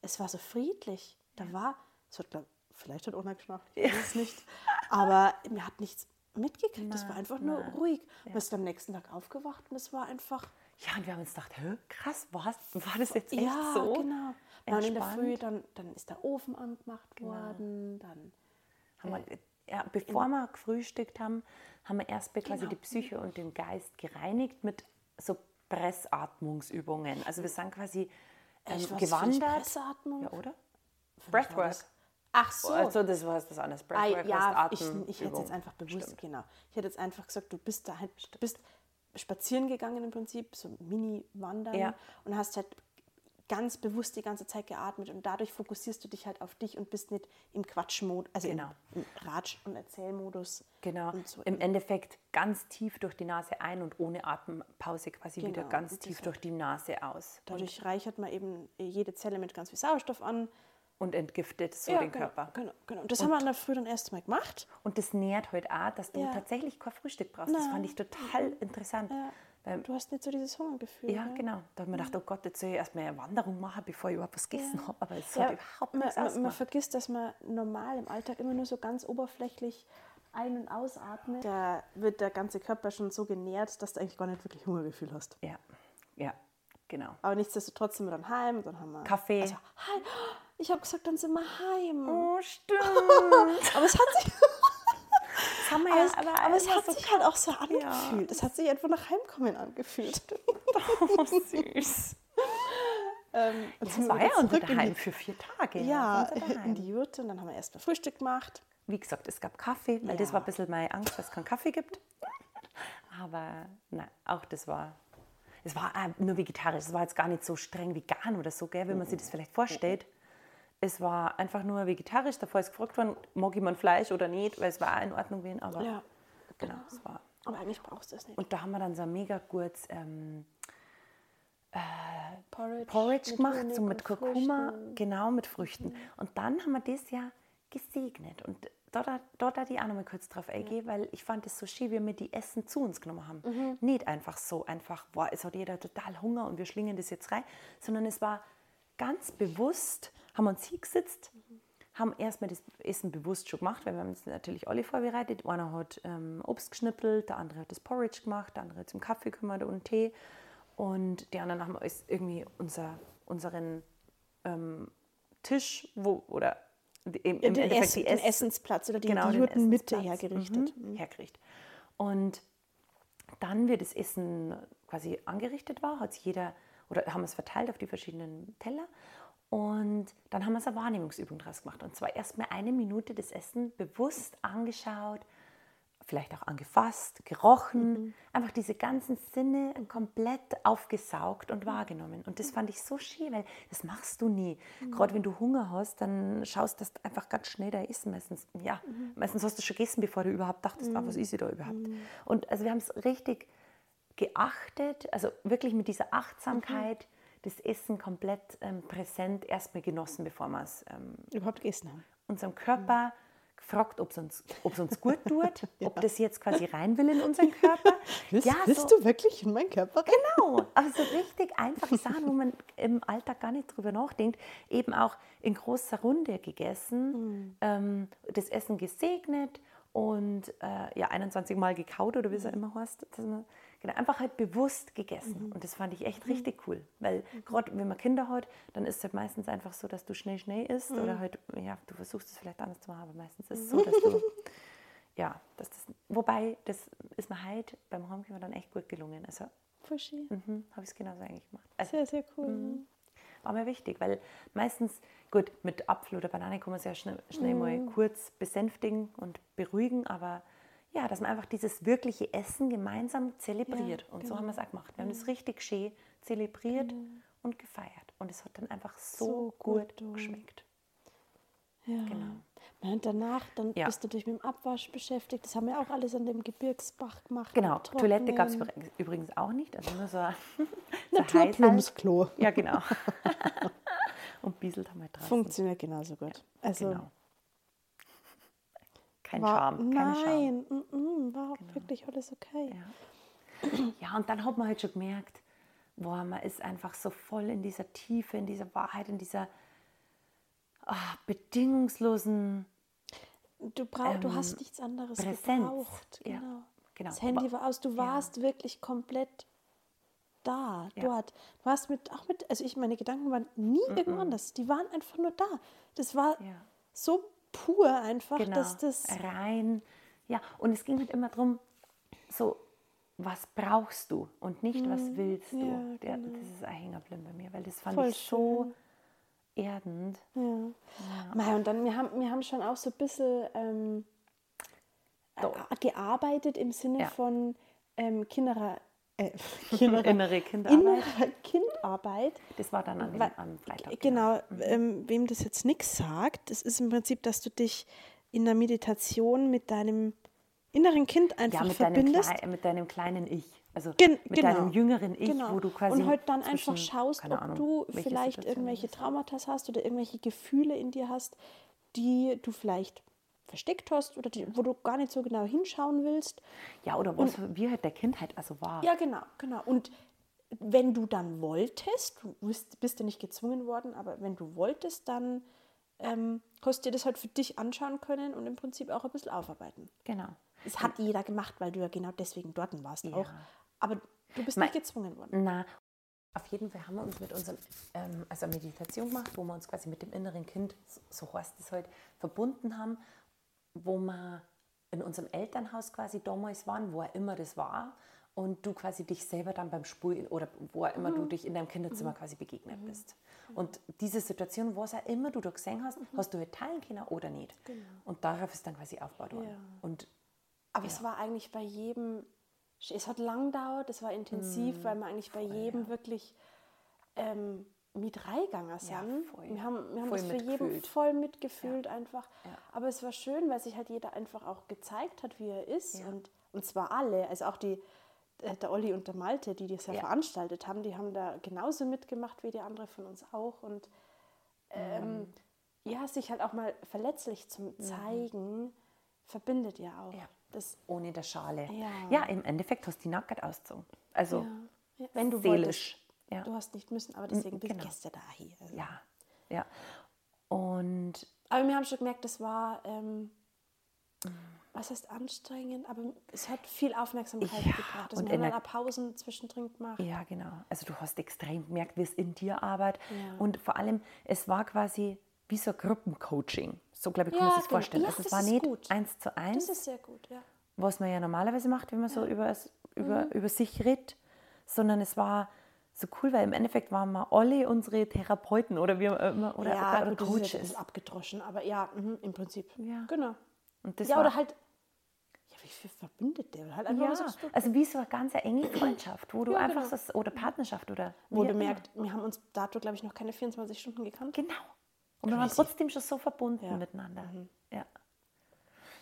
Speaker 2: es war so friedlich. Da war, es hat, glaub, vielleicht hat Ona geschnarcht, ich weiß es nicht. Aber mir hat nichts mitgekriegt. Es war einfach nur ruhig. Man ist am nächsten Tag aufgewacht und es war einfach.
Speaker 1: Ja, und wir haben uns gedacht, hä, krass, war, war das jetzt echt
Speaker 2: ja,
Speaker 1: so?
Speaker 2: genau. Na, und in der Früh,
Speaker 1: entspannt?
Speaker 2: dann, dann ist der Ofen angemacht
Speaker 1: Genau.
Speaker 2: worden. Dann,
Speaker 1: Haben wir, ja, bevor wir gefrühstückt haben, haben wir erst mal quasi
Speaker 2: Genau.
Speaker 1: die Psyche und den Geist gereinigt mit so Pressatmungsübungen. Also wir sind quasi ähm,
Speaker 2: Ich weiß, vielleicht
Speaker 1: gewandert.
Speaker 2: Presseatmung.
Speaker 1: Ja, oder?
Speaker 2: Für mich war
Speaker 1: Breathwork.
Speaker 2: das- Ach so.
Speaker 1: Also das war was anderes.
Speaker 2: Ei,
Speaker 1: Breathwork
Speaker 2: ja,
Speaker 1: heißt
Speaker 2: ich, ich hätte es
Speaker 1: Atemübung.
Speaker 2: jetzt einfach bewusst, genau. Ich hätte jetzt einfach gesagt, du bist da halt, bist spazieren gegangen im Prinzip, so Mini-Wandern
Speaker 1: Ja.
Speaker 2: und hast halt ganz bewusst die ganze Zeit geatmet und dadurch fokussierst du dich halt auf dich und bist nicht im Quatschmodus, also
Speaker 1: Genau.
Speaker 2: im, im Ratsch- und Erzählmodus.
Speaker 1: Genau.
Speaker 2: Und so
Speaker 1: Im Endeffekt ganz tief durch die Nase ein und ohne Atempause quasi wieder
Speaker 2: Genau.
Speaker 1: ganz
Speaker 2: Und
Speaker 1: tief durch die Nase aus
Speaker 2: Dadurch reichert man eben jede Zelle mit ganz viel Sauerstoff an.
Speaker 1: und entgiftet so den
Speaker 2: genau,
Speaker 1: Körper.
Speaker 2: Genau, genau. Und das haben wir an der Früh dann erst mal gemacht.
Speaker 1: Und das nährt heute auch, dass du
Speaker 2: Ja.
Speaker 1: tatsächlich kein Frühstück brauchst. Das
Speaker 2: Nein.
Speaker 1: fand ich total interessant.
Speaker 2: Ja.
Speaker 1: Weil,
Speaker 2: Du hast nicht so dieses Hungergefühl.
Speaker 1: ja,
Speaker 2: gell?
Speaker 1: genau. Da habe ich mir gedacht, oh Gott, jetzt soll ich erstmal eine Wanderung machen, bevor ich überhaupt was gegessen habe. Aber es hat überhaupt
Speaker 2: man,
Speaker 1: nichts
Speaker 2: man, man
Speaker 1: ausgemacht.
Speaker 2: vergisst, dass man normal im Alltag immer nur so ganz oberflächlich ein- und ausatmet. Da wird der ganze Körper schon so genährt, dass du eigentlich gar nicht wirklich Hungergefühl hast.
Speaker 1: Ja, ja, genau.
Speaker 2: Aber nichtsdestotrotz sind wir dann heim und dann haben wir
Speaker 1: Kaffee.
Speaker 2: Also, hi. Ich habe gesagt, dann sind wir heim.
Speaker 1: Oh, stimmt.
Speaker 2: Aber es hat (laughs) sich,
Speaker 1: Das haben wir
Speaker 2: aber
Speaker 1: ja,
Speaker 2: es, aber es
Speaker 1: immer (laughs)
Speaker 2: hat
Speaker 1: so
Speaker 2: sich halt auch so angefühlt. Es hat sich einfach nach Heimkommen angefühlt. (laughs)
Speaker 1: süß.
Speaker 2: Ähm, und
Speaker 1: Das
Speaker 2: sind wir
Speaker 1: war
Speaker 2: wieder
Speaker 1: ja unser
Speaker 2: zurück in die-
Speaker 1: Daheim für vier Tage.
Speaker 2: Ja,
Speaker 1: unser
Speaker 2: (laughs) in
Speaker 1: Daheim.
Speaker 2: die Jurte und dann haben wir erst mal Frühstück gemacht.
Speaker 1: Wie gesagt, es gab Kaffee, weil das
Speaker 2: Ja.
Speaker 1: war ein bisschen meine Angst, dass es keinen Kaffee gibt. Aber nein, auch das war. Es war auch nur vegetarisch, es war jetzt gar nicht so streng vegan oder so, gell, wenn man sich das vielleicht vorstellt. Es war einfach nur vegetarisch, davor ist gefragt worden, mag jemand Fleisch oder nicht, weil es war auch in Ordnung gewesen, aber
Speaker 2: Ja.
Speaker 1: genau, es war.
Speaker 2: Aber eigentlich brauchst du es nicht.
Speaker 1: Und da haben wir dann so ein mega gutes ähm,
Speaker 2: Porridge,
Speaker 1: Porridge
Speaker 2: mit
Speaker 1: gemacht,
Speaker 2: Honig
Speaker 1: so mit
Speaker 2: und
Speaker 1: Kurkuma,
Speaker 2: Früchten.
Speaker 1: genau mit Früchten. Und dann haben wir das ja gesegnet und da, da, da, da die auch nochmal kurz drauf eingehen, weil ich fand es so schön, wie wir die Essen zu uns genommen haben. Nicht einfach so, einfach, boah, es hat jeder total Hunger und wir schlingen das jetzt rein, sondern es war ganz bewusst, haben wir uns hingesetzt, haben erstmal das Essen bewusst schon gemacht, weil wir haben uns natürlich alle vorbereitet. Einer hat ähm, Obst geschnippelt, der andere hat das Porridge gemacht, der andere hat zum Kaffee gekümmert und einen Tee. Und die anderen haben alles irgendwie unser, unseren ähm, Tisch, wo, oder im, im
Speaker 2: Den,
Speaker 1: Endeffekt
Speaker 2: Ess
Speaker 1: die
Speaker 2: den
Speaker 1: Ess-
Speaker 2: Essensplatz oder die,
Speaker 1: genau,
Speaker 2: die
Speaker 1: den
Speaker 2: Jurtenmitte
Speaker 1: Essensplatz,
Speaker 2: hergerichtet.
Speaker 1: Mhm, hergerichtet. Und dann wird das Essen quasi angerichtet war, hat sich jeder oder haben es verteilt auf die verschiedenen Teller. Und dann haben wir so eine Wahrnehmungsübung draus gemacht. Und zwar erstmal eine Minute das Essen bewusst angeschaut, vielleicht auch angefasst, gerochen, einfach diese ganzen Sinne komplett aufgesaugt und wahrgenommen. Und das fand ich so schön, weil das machst du nie. Gerade wenn du Hunger hast, dann schaust du dass du einfach ganz schnell da essen. Meistens, ja, meistens hast du schon gegessen, bevor du überhaupt dachtest, ah, was ist sie da überhaupt? Und also wir haben es richtig geachtet, also wirklich mit dieser Achtsamkeit das Essen komplett ähm, präsent erstmal genossen, bevor wir es ähm,
Speaker 2: Überhaupt gegessen haben.
Speaker 1: unserem Körper gefragt, ob es uns, ob's uns gut tut, ob das jetzt quasi rein will in unseren Körper.
Speaker 2: du wirklich in meinen Körper rein?
Speaker 1: Genau, aber so richtig einfache Sachen, wo man im Alltag gar nicht drüber nachdenkt. Eben auch in großer Runde gegessen, ähm, das Essen gesegnet und äh, ja, 21 Mal gekaut oder wie es ja immer heißt. Dass man, genau, einfach halt bewusst gegessen. Und das fand ich echt richtig cool. Weil gerade wenn man Kinder hat, dann ist es halt meistens einfach so, dass du schnell, schnell isst oder halt, ja, du versuchst es vielleicht anders zu machen, aber meistens ist es so, dass du. Ja, dass das, wobei, das ist mir halt beim Homecoming dann echt gut gelungen. Also
Speaker 2: Voll schön.
Speaker 1: Mhm, habe ich es genauso eigentlich gemacht. Also,
Speaker 2: Sehr, sehr cool.
Speaker 1: war mir wichtig, weil meistens, gut, mit Apfel oder Banane kann man es ja schnell, schnell mal
Speaker 2: Mhm.
Speaker 1: kurz besänftigen und beruhigen, aber ja, dass man einfach dieses wirkliche Essen gemeinsam zelebriert. und
Speaker 2: genau.
Speaker 1: so haben wir es auch gemacht. Wir haben das
Speaker 2: Mhm.
Speaker 1: richtig schön zelebriert und gefeiert. Und es hat dann einfach so,
Speaker 2: So
Speaker 1: gut,
Speaker 2: gut, du.
Speaker 1: geschmeckt.
Speaker 2: Ja. Ja, und danach, dann
Speaker 1: Genau. Ja.
Speaker 2: bist du natürlich mit dem Abwasch beschäftigt. Das haben wir auch alles an dem Gebirgsbach gemacht.
Speaker 1: Genau,
Speaker 2: mit
Speaker 1: Toilette
Speaker 2: Trocknen.
Speaker 1: gab es übrigens auch nicht. Also nur so, ein- (laughs) so ein Heißhals.
Speaker 2: Naturplumpsklo.
Speaker 1: Ja, genau. (laughs) und bieselt haben wir draußen.
Speaker 2: Funktioniert genauso gut. also
Speaker 1: genau. Kein
Speaker 2: war,
Speaker 1: Charme, keine Genau. Charme.
Speaker 2: nein, mm, mm, war auch wirklich alles okay.
Speaker 1: Ja, und dann hat man halt schon gemerkt, boah, man ist einfach so voll in dieser Tiefe, in dieser Wahrheit, in dieser ah, bedingungslosen
Speaker 2: Du, brauch, du hast nichts anderes
Speaker 1: Ähm, Präsenz.
Speaker 2: gebraucht.
Speaker 1: Ja,
Speaker 2: Genau.
Speaker 1: genau.
Speaker 2: Das Handy war aus. Du
Speaker 1: Ja.
Speaker 2: warst wirklich komplett da,
Speaker 1: Ja.
Speaker 2: dort. Du warst mit, auch mit, also ich, meine Gedanken waren nie irgendwo anders. Die waren einfach nur da. Das war
Speaker 1: Ja.
Speaker 2: so pur einfach,
Speaker 1: genau,
Speaker 2: dass halt das
Speaker 1: rein. Ja, und es ging halt immer darum, so, was brauchst du und nicht, was willst du.
Speaker 2: Mhm. ja, genau.
Speaker 1: Der, Das ist ein Hängerblüm bei mir, weil das fand
Speaker 2: Voll
Speaker 1: ich so erdend.
Speaker 2: Ja. Mei, und dann, wir haben, wir haben schon auch so ein bisschen ähm,
Speaker 1: So.
Speaker 2: äh, gearbeitet im Sinne
Speaker 1: Ja.
Speaker 2: von ähm, Kinderer,
Speaker 1: (laughs)
Speaker 2: äh, Kinderer,
Speaker 1: Innere Kinderarbeit.
Speaker 2: innerer Kindarbeit.
Speaker 1: Das war dann an dem,
Speaker 2: Weil-
Speaker 1: am Freitag. Mhm.
Speaker 2: Genau, ähm, wem das jetzt nichts sagt, das ist im Prinzip, dass du dich in der Meditation mit deinem inneren Kind einfach
Speaker 1: Ja, mit deinem,
Speaker 2: verbindest.
Speaker 1: Klei- mit deinem kleinen Ich. Also
Speaker 2: Gen-
Speaker 1: mit deinem jüngeren Ich,
Speaker 2: genau.
Speaker 1: wo du quasi.
Speaker 2: Und heute dann einfach
Speaker 1: zwischen-
Speaker 2: schaust,
Speaker 1: keine
Speaker 2: ob
Speaker 1: Ahnung,
Speaker 2: du
Speaker 1: welche
Speaker 2: vielleicht
Speaker 1: Situation
Speaker 2: irgendwelche
Speaker 1: ist.
Speaker 2: Traumata hast oder irgendwelche Gefühle in dir hast, die du vielleicht versteckt hast oder die, wo du gar nicht so genau hinschauen willst.
Speaker 1: Ja, oder was wir halt der Kindheit also war.
Speaker 2: Ja, genau, genau. Und wenn du dann wolltest, du bist, bist ja nicht gezwungen worden, aber wenn du wolltest, dann ähm, hast du dir das halt für dich anschauen können und im Prinzip auch ein bisschen aufarbeiten.
Speaker 1: Genau.
Speaker 2: Das hat jeder gemacht, weil du ja genau deswegen dort warst auch. Aber du bist nicht gezwungen worden.
Speaker 1: Na, auf jeden Fall haben wir uns mit unserem, ähm, also eine Meditation gemacht, wo wir uns quasi mit dem inneren Kind, so- so heißt es heute, verbunden haben, wo wir in unserem Elternhaus quasi damals waren, wo er immer das war. Und du quasi dich selber dann beim Spul oder wo auch immer du
Speaker 2: Mhm.
Speaker 1: dich in deinem Kinderzimmer quasi begegnet bist. Und diese Situation, was auch immer du da gesehen
Speaker 2: Mhm.
Speaker 1: hast, hast du halt teilen können oder nicht. Und darauf ist dann quasi aufgebaut worden.
Speaker 2: Genau. Ja.
Speaker 1: Und
Speaker 2: Aber es war eigentlich bei jedem, sch- es hat lang gedauert, es war
Speaker 1: Mhm.
Speaker 2: intensiv, weil wir eigentlich bei jedem wirklich ähm, mit reingegangen sind.
Speaker 1: voll.
Speaker 2: wir haben, wir haben
Speaker 1: Voll
Speaker 2: das für jeden
Speaker 1: mitgefühlt.
Speaker 2: voll mitgefühlt einfach. Aber es war schön, weil sich halt jeder einfach auch gezeigt hat, wie er ist. Und, und zwar alle, also auch die, äh, der Olli und der Malte, die das ja,
Speaker 1: Ja.
Speaker 2: veranstaltet haben, die haben da genauso mitgemacht wie die andere von uns auch.
Speaker 1: Mhm.
Speaker 2: Und ähm, ja, sich halt auch mal verletzlich zum Zeigen verbindet ja auch.
Speaker 1: Ja.
Speaker 2: Das,
Speaker 1: ohne der Schale.
Speaker 2: Ja.
Speaker 1: ja im Endeffekt hast du die Nackert ausgezogen. Also,
Speaker 2: ja. Mm, Wenn du
Speaker 1: seelisch.
Speaker 2: wolltest.
Speaker 1: Ja.
Speaker 2: Du hast nicht müssen, aber deswegen bist
Speaker 1: genau.
Speaker 2: du gestern da hier. Also.
Speaker 1: ja, ja. Und
Speaker 2: Aber wir haben schon gemerkt, das war, ähm, was heißt anstrengend, aber es hat viel Aufmerksamkeit
Speaker 1: Ja,
Speaker 2: gebraucht. Also
Speaker 1: und
Speaker 2: wir haben
Speaker 1: Ener-
Speaker 2: dann auch Pausen zwischendrin gemacht.
Speaker 1: Ja, genau. Also du hast extrem gemerkt, wie es in dir arbeitet.
Speaker 2: Ja.
Speaker 1: Und vor allem, es war quasi wie so ein Gruppencoaching. So, glaube ich, kann
Speaker 2: Ja,
Speaker 1: man sich das
Speaker 2: genau.
Speaker 1: vorstellen.
Speaker 2: Ja,
Speaker 1: also es
Speaker 2: das
Speaker 1: war
Speaker 2: ist
Speaker 1: nicht
Speaker 2: gut.
Speaker 1: eins zu
Speaker 2: Das
Speaker 1: eins,
Speaker 2: ist sehr gut, ja.
Speaker 1: was man ja normalerweise macht, wenn man so über, über,
Speaker 2: Mhm.
Speaker 1: über sich redet, sondern es war so cool, weil im Endeffekt waren wir alle unsere Therapeuten oder wir immer oder,
Speaker 2: ja,
Speaker 1: oder
Speaker 2: gut, das ist jetzt ein
Speaker 1: Coaches.
Speaker 2: bisschen abgedroschen, aber ja, mhm, im Prinzip.
Speaker 1: Ja.
Speaker 2: Genau.
Speaker 1: Und das
Speaker 2: ja,
Speaker 1: war-
Speaker 2: oder halt, ja, wie viel verbindet der? Halt einfach
Speaker 1: Ja,
Speaker 2: mal sagst du,
Speaker 1: also wie so eine ganz enge Freundschaft, wo du
Speaker 2: Ja,
Speaker 1: einfach
Speaker 2: genau.
Speaker 1: so, oder Partnerschaft oder
Speaker 2: wo
Speaker 1: wie
Speaker 2: du
Speaker 1: auch immer.
Speaker 2: merkst, wir haben uns dato, glaube ich, noch keine 24 Stunden gekannt.
Speaker 1: Genau. Und wir waren
Speaker 2: Crazy.
Speaker 1: trotzdem schon so verbunden
Speaker 2: Ja. Mhm.
Speaker 1: miteinander. Ja.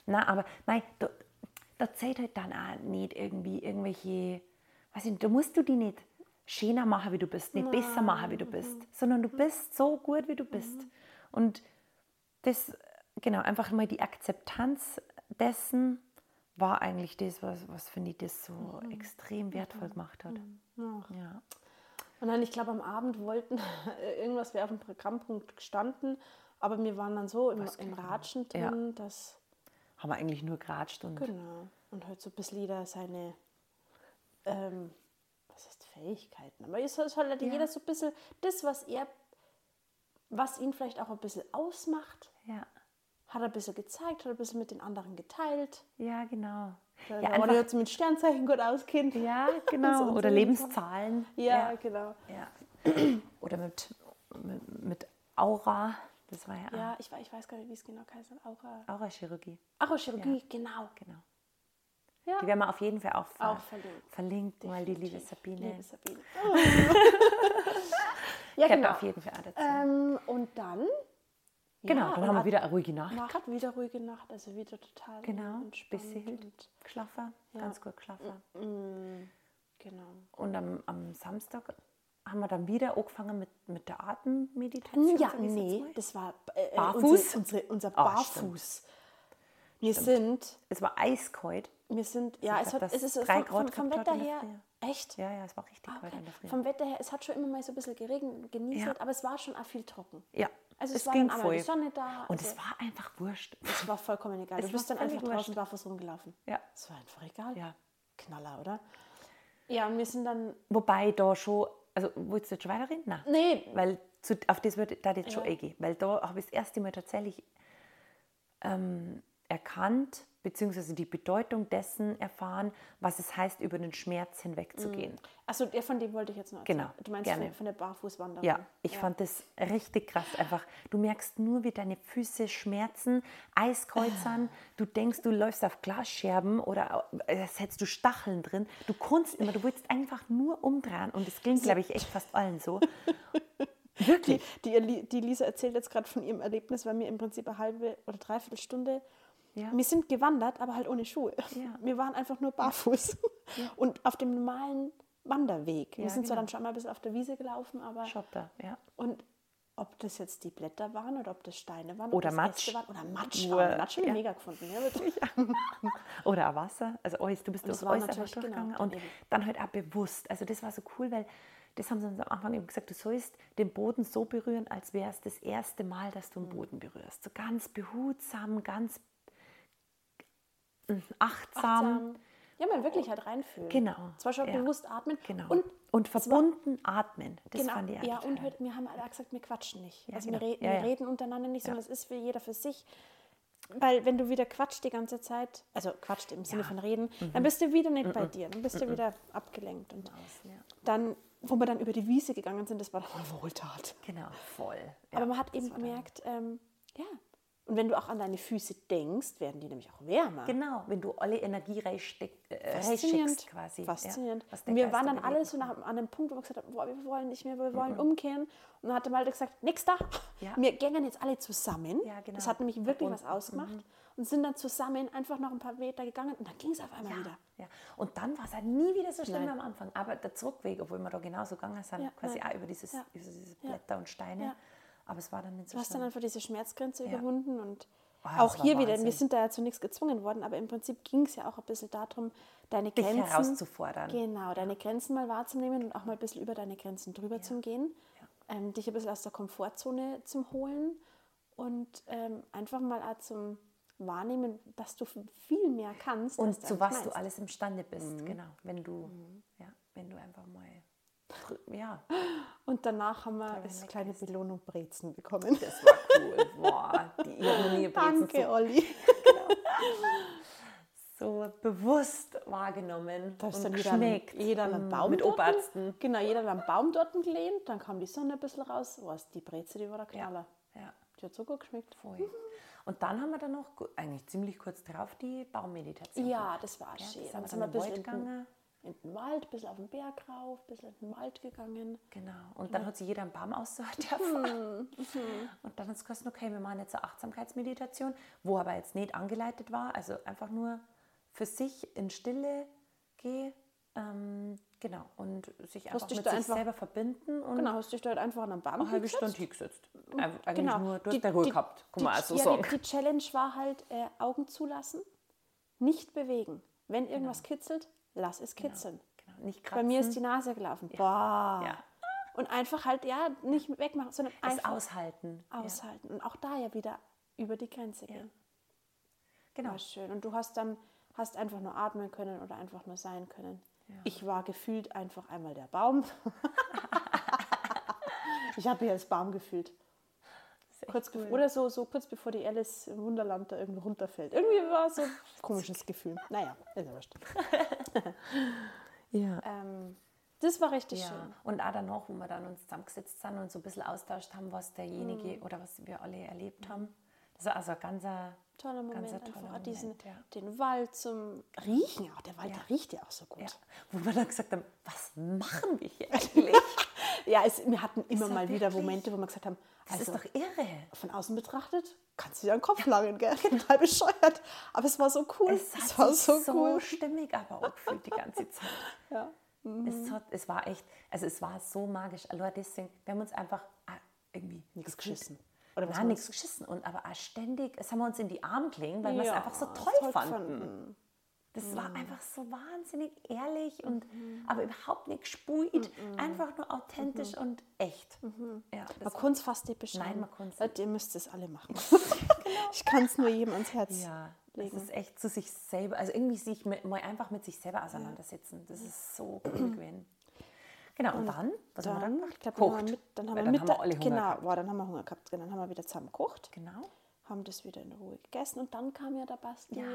Speaker 1: Na, aber nein, da, da zählt halt dann auch nicht irgendwie irgendwelche, weiß ich nicht, da musst du die nicht schöner machen, wie du bist, nicht besser machen, wie du bist,
Speaker 2: mhm.
Speaker 1: sondern du bist so gut, wie du bist. Und das, genau, einfach mal die Akzeptanz dessen war eigentlich das, was, was finde ich, das so
Speaker 2: Mhm.
Speaker 1: extrem wertvoll gemacht hat. Ja.
Speaker 2: Und dann, ich glaube, am Abend wollten (laughs) irgendwas wäre auf dem Programmpunkt gestanden, aber wir waren dann so im, im Ratschen
Speaker 1: genau? Ja.
Speaker 2: drin, dass.
Speaker 1: Haben wir eigentlich nur geratscht und
Speaker 2: Genau. Und halt so ein bisschen jeder seine, ähm, was heißt Fähigkeiten, aber es ist halt
Speaker 1: Ja.
Speaker 2: jeder so ein bisschen das, was er, was ihn vielleicht auch ein bisschen ausmacht,
Speaker 1: ja.
Speaker 2: hat er ein bisschen gezeigt, hat er ein bisschen mit den anderen geteilt. Äh,
Speaker 1: Ja, genau.
Speaker 2: Ja,
Speaker 1: Ja,
Speaker 2: oder
Speaker 1: einfach,
Speaker 2: jetzt mit Sternzeichen gut auskennt.
Speaker 1: ja
Speaker 2: So
Speaker 1: genau.
Speaker 2: und so
Speaker 1: Oder
Speaker 2: und so.
Speaker 1: Lebenszahlen.
Speaker 2: Ja, genau.
Speaker 1: ja. (clears throat) Oder mit, mit, mit Aura. Das war ja,
Speaker 2: Ja, ich, we- ich weiß gar nicht, wie es genau heißt. Aura.
Speaker 1: Aura-Chirurgie.
Speaker 2: Aura-Chirurgie, genau.
Speaker 1: Genau.
Speaker 2: Ja.
Speaker 1: Die werden wir auf jeden Fall auch, ver
Speaker 2: Auch verlinkt.
Speaker 1: verlinkt, weil die liebe
Speaker 2: Definitiv.
Speaker 1: Sabine
Speaker 2: Liebe (laughs) Sabine. ja,
Speaker 1: kennt
Speaker 2: genau.
Speaker 1: auf jeden Fall auch dazu.
Speaker 2: Ähm, und dann?
Speaker 1: genau,
Speaker 2: Ja,
Speaker 1: dann
Speaker 2: und
Speaker 1: haben wir
Speaker 2: ab-
Speaker 1: wieder eine ruhige Nacht.
Speaker 2: Nacht, wieder ruhige Nacht, also wieder total
Speaker 1: Genau,
Speaker 2: entspannt
Speaker 1: beseelt,
Speaker 2: und-
Speaker 1: geschlafen, ganz gut geschlafen.
Speaker 2: Genau.
Speaker 1: Und am, am Samstag haben wir dann wieder angefangen mit, mit der Atemmeditation.
Speaker 2: Hm, Ja,
Speaker 1: sag ich jetzt
Speaker 2: nee,
Speaker 1: mal.
Speaker 2: das war äh, äh,
Speaker 1: Barfuß?
Speaker 2: Unsere, unsere, unser
Speaker 1: Ah, stimmt.
Speaker 2: Barfuß. Wir sind,
Speaker 1: Es war eiskalt.
Speaker 2: wir sind, ja,
Speaker 1: Ich
Speaker 2: es,
Speaker 1: glaub,
Speaker 2: hat,
Speaker 1: dass
Speaker 2: es ist
Speaker 1: es drei
Speaker 2: vom, vom,
Speaker 1: Grad
Speaker 2: vom
Speaker 1: gehabt hat
Speaker 2: Wetter
Speaker 1: in der
Speaker 2: her, echt?
Speaker 1: Ja, ja, es war richtig kalt
Speaker 2: Ah, Okay.
Speaker 1: in der Früh.
Speaker 2: Vom Wetter her, es hat schon immer mal so ein bisschen geregnet, genieselt,
Speaker 1: Ja.
Speaker 2: aber es war schon auch viel trocken.
Speaker 1: Ja,
Speaker 2: Also es,
Speaker 1: es
Speaker 2: war
Speaker 1: ging
Speaker 2: dann einmal die
Speaker 1: voll.
Speaker 2: Sonne da.
Speaker 1: Und
Speaker 2: also
Speaker 1: es war einfach wurscht.
Speaker 2: es war vollkommen egal.
Speaker 1: es
Speaker 2: Du bist
Speaker 1: war
Speaker 2: dann einfach
Speaker 1: völlig
Speaker 2: draußen
Speaker 1: wurscht.
Speaker 2: barfuß rumgelaufen.
Speaker 1: Ja.
Speaker 2: Es war einfach egal.
Speaker 1: Ja.
Speaker 2: Knaller, oder? Ja, und wir sind dann,
Speaker 1: Wobei da schon, also wolltest du jetzt schon weiterreden? Nein.
Speaker 2: Nee.
Speaker 1: Weil zu, auf das würde da jetzt schon
Speaker 2: Ja.
Speaker 1: eingehen. Weil da habe ich das erste Mal tatsächlich ähm, erkannt, beziehungsweise die Bedeutung dessen erfahren, was es heißt, über den Schmerz hinwegzugehen.
Speaker 2: also der von dem wollte ich jetzt noch erzählen.
Speaker 1: Genau,
Speaker 2: Du meinst
Speaker 1: gerne.
Speaker 2: Von, von der Barfußwanderung.
Speaker 1: Ja, ich fand das richtig krass. Einfach, du merkst nur, wie deine Füße schmerzen, Eiskreuzern, du denkst, du läufst auf Glasscherben oder äh, als hättest du Stacheln drin. Du konntest immer, du willst einfach nur umdrehen. Und das ging, glaube ich, echt fast allen so. Wirklich.
Speaker 2: Die, die, die Lisa erzählt jetzt gerade von ihrem Erlebnis, weil wir im Prinzip eine halbe oder dreiviertel Stunde,
Speaker 1: Ja.
Speaker 2: wir sind gewandert, aber halt ohne Schuhe.
Speaker 1: Ja.
Speaker 2: Wir waren einfach nur barfuß und auf dem normalen Wanderweg. Wir
Speaker 1: Ja,
Speaker 2: sind zwar
Speaker 1: genau.
Speaker 2: dann schon mal bis auf der Wiese gelaufen, aber
Speaker 1: Schotter, ja.
Speaker 2: und ob das jetzt die Blätter waren oder ob das Steine waren
Speaker 1: Oder
Speaker 2: ob das
Speaker 1: Matsch.
Speaker 2: Äste waren, oder Matsch,
Speaker 1: Nur-
Speaker 2: aber Matsch haben wir
Speaker 1: ja.
Speaker 2: mega gefunden. Ja, wirklich.
Speaker 1: Oder ein Wasser. Also alles, du bist
Speaker 2: Und
Speaker 1: durchs
Speaker 2: es war
Speaker 1: Eis einfach
Speaker 2: natürlich, genau,
Speaker 1: durchgegangen.
Speaker 2: dann
Speaker 1: und
Speaker 2: eben.
Speaker 1: dann halt auch bewusst. Also das war so cool, weil das haben sie uns am Anfang eben gesagt, du sollst den Boden so berühren, als wäre es das erste Mal, dass du den
Speaker 2: Mhm.
Speaker 1: Boden berührst. So ganz behutsam, ganz hm, achtsam.
Speaker 2: Achtsam. ähm, Ja, man wirklich halt reinfühlen.
Speaker 1: Ähm, Genau,
Speaker 2: Zwar schon
Speaker 1: ja.
Speaker 2: bewusst atmen.
Speaker 1: Genau.
Speaker 2: Und
Speaker 1: Und, verbunden atmen. Das
Speaker 2: genau,
Speaker 1: fand ich auch
Speaker 2: ja, und
Speaker 1: total.
Speaker 2: halt, wir haben alle auch gesagt, wir quatschen nicht. also
Speaker 1: genau.
Speaker 2: wir, reden,
Speaker 1: Ja,
Speaker 2: wir
Speaker 1: ja.
Speaker 2: reden untereinander nicht, sondern es ist für jeder für sich. Weil wenn du wieder quatscht die ganze Zeit, also quatscht im Sinne von reden,
Speaker 1: Mhm.
Speaker 2: dann bist du wieder nicht bei dir. Dann bist du wieder abgelenkt. Und dann, wo wir dann über die Wiese gegangen sind, das war dann eine Wohltat.
Speaker 1: Genau, voll. Ja.
Speaker 2: Aber man hat eben gemerkt, ähm, ja. Und wenn du auch an deine Füße denkst, werden die nämlich auch wärmer.
Speaker 1: Genau, wenn du alle Energie reinschickst äh, reinschickst
Speaker 2: Faszinierend.
Speaker 1: quasi. ja,
Speaker 2: Faszinierend.
Speaker 1: was der
Speaker 2: und wir
Speaker 1: Geist
Speaker 2: waren
Speaker 1: da
Speaker 2: dann alle
Speaker 1: bewegt. Mhm.
Speaker 2: so nach, an einem Punkt, wo wir gesagt haben, boah, wir wollen nicht mehr, wir wollen umkehren. Und dann hat der Malte gesagt, nix da,
Speaker 1: Ja.
Speaker 2: wir gängen jetzt alle zusammen.
Speaker 1: Ja, genau. mhm.
Speaker 2: Das hat nämlich wirklich was ausgemacht. Und sind dann zusammen einfach noch ein paar Meter gegangen und dann ging es auf einmal wieder.
Speaker 1: Ja. Und dann war es halt nie wieder so schlimm wie
Speaker 2: Nein.
Speaker 1: am Anfang. Aber der Zurückweg, obwohl wir da genauso gegangen sind,
Speaker 2: Ja,
Speaker 1: quasi
Speaker 2: nein.
Speaker 1: auch über, dieses,
Speaker 2: Ja.
Speaker 1: über diese
Speaker 2: Ja.
Speaker 1: Blätter und Steine.
Speaker 2: Ja.
Speaker 1: Aber es war dann nicht so
Speaker 2: Du hast
Speaker 1: schlimm.
Speaker 2: dann einfach diese Schmerzgrenze
Speaker 1: Ja.
Speaker 2: überwunden und
Speaker 1: Ah,
Speaker 2: auch
Speaker 1: das war
Speaker 2: hier wieder,
Speaker 1: Wahnsinn.
Speaker 2: wir sind da ja zu nichts gezwungen worden, aber im Prinzip ging es ja auch ein bisschen darum, deine
Speaker 1: Dich
Speaker 2: Grenzen
Speaker 1: herauszufordern.
Speaker 2: Genau, deine Grenzen mal wahrzunehmen und auch mal ein bisschen über deine Grenzen drüber zu gehen, ähm, dich ein bisschen aus der Komfortzone zum Holen und ähm, einfach mal auch zum Wahrnehmen, dass du viel mehr kannst.
Speaker 1: Und
Speaker 2: als du
Speaker 1: zu
Speaker 2: eigentlich
Speaker 1: was du
Speaker 2: meinst. Mhm.
Speaker 1: alles imstande bist, genau. Wenn du, ja, wenn du einfach mal, ja,
Speaker 2: Und danach haben wir eine kleine Belohnung Brezen bekommen.
Speaker 1: das war
Speaker 2: (laughs)
Speaker 1: cool. Boah, die Ironie bringt
Speaker 2: Danke,
Speaker 1: so,
Speaker 2: Olli.
Speaker 1: so bewusst wahrgenommen
Speaker 2: Da
Speaker 1: und
Speaker 2: ist dann jeder, an-
Speaker 1: geschmeckt.
Speaker 2: jeder an
Speaker 1: Mm,
Speaker 2: einem Baum
Speaker 1: Mit
Speaker 2: dort-
Speaker 1: Oberärzten.
Speaker 2: Genau, jeder an einem Baum dort gelehnt, dann kam die Sonne ein bisschen raus. Was, die Breze, die war der Knaller.
Speaker 1: Ja,
Speaker 2: Die hat so gut geschmeckt.
Speaker 1: voll. Und dann haben wir dann noch, gu- eigentlich ziemlich kurz drauf, die Baummeditation.
Speaker 2: Ja, das war
Speaker 1: das
Speaker 2: schön.
Speaker 1: haben wir
Speaker 2: Dann
Speaker 1: dann
Speaker 2: sind
Speaker 1: im
Speaker 2: wir ein bisschen
Speaker 1: Wald
Speaker 2: in den,
Speaker 1: gegangen.
Speaker 2: in den Wald, ein bisschen auf den Berg rauf, ein bisschen in den Wald gegangen.
Speaker 1: Genau. Und dann hat sich jeder einen Baum aussuchen
Speaker 2: Mhm.
Speaker 1: dürfen. Und dann hat es geheißen, okay, wir machen jetzt eine Achtsamkeitsmeditation, wo aber jetzt nicht angeleitet war. Also einfach nur für sich in Stille gehen. Ähm, genau. Und sich einfach
Speaker 2: dich
Speaker 1: mit
Speaker 2: da
Speaker 1: sich
Speaker 2: einfach-
Speaker 1: selber verbinden und
Speaker 2: Genau, hast dich dort einfach an einem Baum
Speaker 1: eine halbe
Speaker 2: hingesetzt.
Speaker 1: Stunde hingesetzt. Eig- Eigentlich
Speaker 2: Genau.
Speaker 1: nur, du hast deine Ruhe gehabt, kann man
Speaker 2: die,
Speaker 1: auch so
Speaker 2: ja,
Speaker 1: sagen.
Speaker 2: Die, die Challenge war halt, äh, Augen zulassen, nicht bewegen. Wenn irgendwas kitzelt, lass es kitzeln.
Speaker 1: Genau. Nicht
Speaker 2: Bei
Speaker 1: kratzen,
Speaker 2: mir ist die Nase gelaufen. Boah.
Speaker 1: Ja.
Speaker 2: Und einfach halt, ja, nicht wegmachen, sondern
Speaker 1: das
Speaker 2: einfach
Speaker 1: Aushalten.
Speaker 2: aushalten. Und auch da ja wieder über die Grenze gehen.
Speaker 1: Genau.
Speaker 2: War schön. Und du hast dann hast einfach nur atmen können oder einfach nur sein können. Ich war gefühlt einfach einmal der
Speaker 1: (laughs)
Speaker 2: Baum. ich habe mich als Baum gefühlt. Kurz bef- Oder so, so kurz bevor die Alice im Wunderland da irgendwo runterfällt. Irgendwie
Speaker 1: (laughs)
Speaker 2: war so ein komisches Gefühl. Naja, ist ja wurscht.
Speaker 1: Ja.
Speaker 2: Ähm, das war richtig
Speaker 1: Ja.
Speaker 2: schön.
Speaker 1: Und auch danach, wo wir dann uns zusammengesetzt sind und so ein bisschen austauscht haben, was
Speaker 2: Mhm.
Speaker 1: derjenige oder was wir alle erlebt haben. Das war also ein ganzer
Speaker 2: Toller Moment.
Speaker 1: ganzer toller
Speaker 2: einfach auch diesen,
Speaker 1: Moment, ja.
Speaker 2: den Wald zum Riechen. Auch der Wald, der riecht ja auch so gut.
Speaker 1: Ja. Wo wir dann gesagt haben, was machen wir hier eigentlich?
Speaker 2: (laughs) Ja, es, wir hatten immer
Speaker 1: ja
Speaker 2: mal wieder
Speaker 1: wirklich-
Speaker 2: Momente, wo wir gesagt haben,
Speaker 1: Das
Speaker 2: also
Speaker 1: ist doch irre.
Speaker 2: von außen betrachtet, kannst du dir einen Kopf
Speaker 1: (laughs)
Speaker 2: langen, gell? Total bescheuert. Aber es war so cool.
Speaker 1: Es
Speaker 2: Es,
Speaker 1: hat
Speaker 2: war
Speaker 1: sich
Speaker 2: so,
Speaker 1: so
Speaker 2: cool.
Speaker 1: stimmig aber auch gefühlt die ganze Zeit.
Speaker 2: (laughs) Ja. Mhm.
Speaker 1: Es, hat, es war echt, also es war so magisch. Allein deswegen, wir haben uns einfach auch irgendwie
Speaker 2: Nichts
Speaker 1: gefühlt.
Speaker 2: geschissen. Oder was
Speaker 1: Nein,
Speaker 2: meinst
Speaker 1: nichts geschissen. Und aber auch ständig, es haben wir uns in die Arme gelegen, weil wir es
Speaker 2: Ja,
Speaker 1: einfach so toll,
Speaker 2: toll
Speaker 1: fanden.
Speaker 2: fanden.
Speaker 1: Das war einfach so wahnsinnig ehrlich und aber überhaupt nicht gespuit, einfach nur authentisch und echt. Ja,
Speaker 2: Man
Speaker 1: das,
Speaker 2: konnte es fast nicht
Speaker 1: Nein,
Speaker 2: beschreiben.
Speaker 1: man kann's
Speaker 2: Leute, ihr müsst es
Speaker 1: (laughs)
Speaker 2: alle machen. Ich kann es nur jedem ans Herz
Speaker 1: Genau. ja, das
Speaker 2: legen.
Speaker 1: ist echt zu sich selber, also irgendwie sich mit, mal einfach mit sich selber auseinandersetzen. Das ist (clears throat) so cool gewesen. Genau, und, dann, was haben wir dann
Speaker 2: Dann,
Speaker 1: gemacht?
Speaker 2: ich glaub, dann haben wir,
Speaker 1: Gekocht.
Speaker 2: mit, dann haben
Speaker 1: Weil
Speaker 2: wir, mit
Speaker 1: alle Hunger
Speaker 2: genau,
Speaker 1: gehabt.
Speaker 2: Wow, dann haben wir Hunger gehabt. Genau, dann haben wir wieder zusammen gekocht,
Speaker 1: Genau.
Speaker 2: haben das wieder in Ruhe gegessen und dann kam ja der Basti
Speaker 1: Ja.
Speaker 2: äh,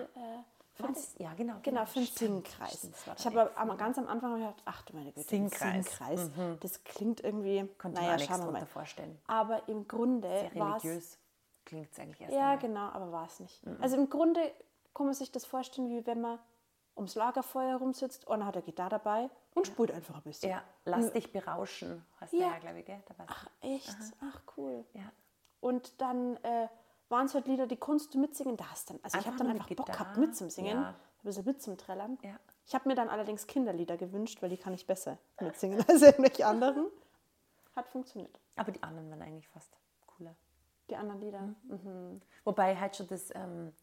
Speaker 2: für
Speaker 1: War
Speaker 2: den-
Speaker 1: das- ja, genau,
Speaker 2: Genau,
Speaker 1: genau.
Speaker 2: für den
Speaker 1: Stimmt,
Speaker 2: Singkreis.
Speaker 1: stimmt, das war
Speaker 2: Ich
Speaker 1: dann
Speaker 2: habe am, ganz am Anfang hab ich gedacht, ach du meine Güte, ein
Speaker 1: Singkreis.
Speaker 2: Singkreis. Das klingt irgendwie,
Speaker 1: Mhm. Konnte ich mir
Speaker 2: naja,
Speaker 1: auch nichts
Speaker 2: schauen wir mal.
Speaker 1: drunter vorstellen.
Speaker 2: Aber im Grunde war es,
Speaker 1: Religiös Mhm. klingt es eigentlich erst
Speaker 2: ja
Speaker 1: einmal.
Speaker 2: genau, aber war es nicht. Also im Grunde kann man sich das vorstellen, wie wenn man ums Lagerfeuer rumsitzt, einer hat eine Gitarre dabei und spielt einfach ein bisschen.
Speaker 1: Ja, lass dich berauschen, hast du
Speaker 2: Ja.
Speaker 1: Hm. ja, glaube ich, gell? Da war's.
Speaker 2: Ach echt? Ach cool.
Speaker 1: ja.
Speaker 2: Und dann äh, waren es halt Lieder, die konntest du mitsingen. Da hast dann, also ich
Speaker 1: Einfach
Speaker 2: habe dann
Speaker 1: nur mit
Speaker 2: einfach Bock gehabt
Speaker 1: Gitarre,
Speaker 2: mitzusingen,
Speaker 1: ja.
Speaker 2: ein bisschen mitzutrellern.
Speaker 1: Ja.
Speaker 2: Ich habe mir dann allerdings Kinderlieder gewünscht, weil die kann ich besser mitsingen (laughs) als irgendwelche anderen. Hat funktioniert.
Speaker 1: Aber die anderen waren eigentlich fast cooler.
Speaker 2: Die anderen Lieder. Mhm.
Speaker 1: Wobei halt schon das, ähm,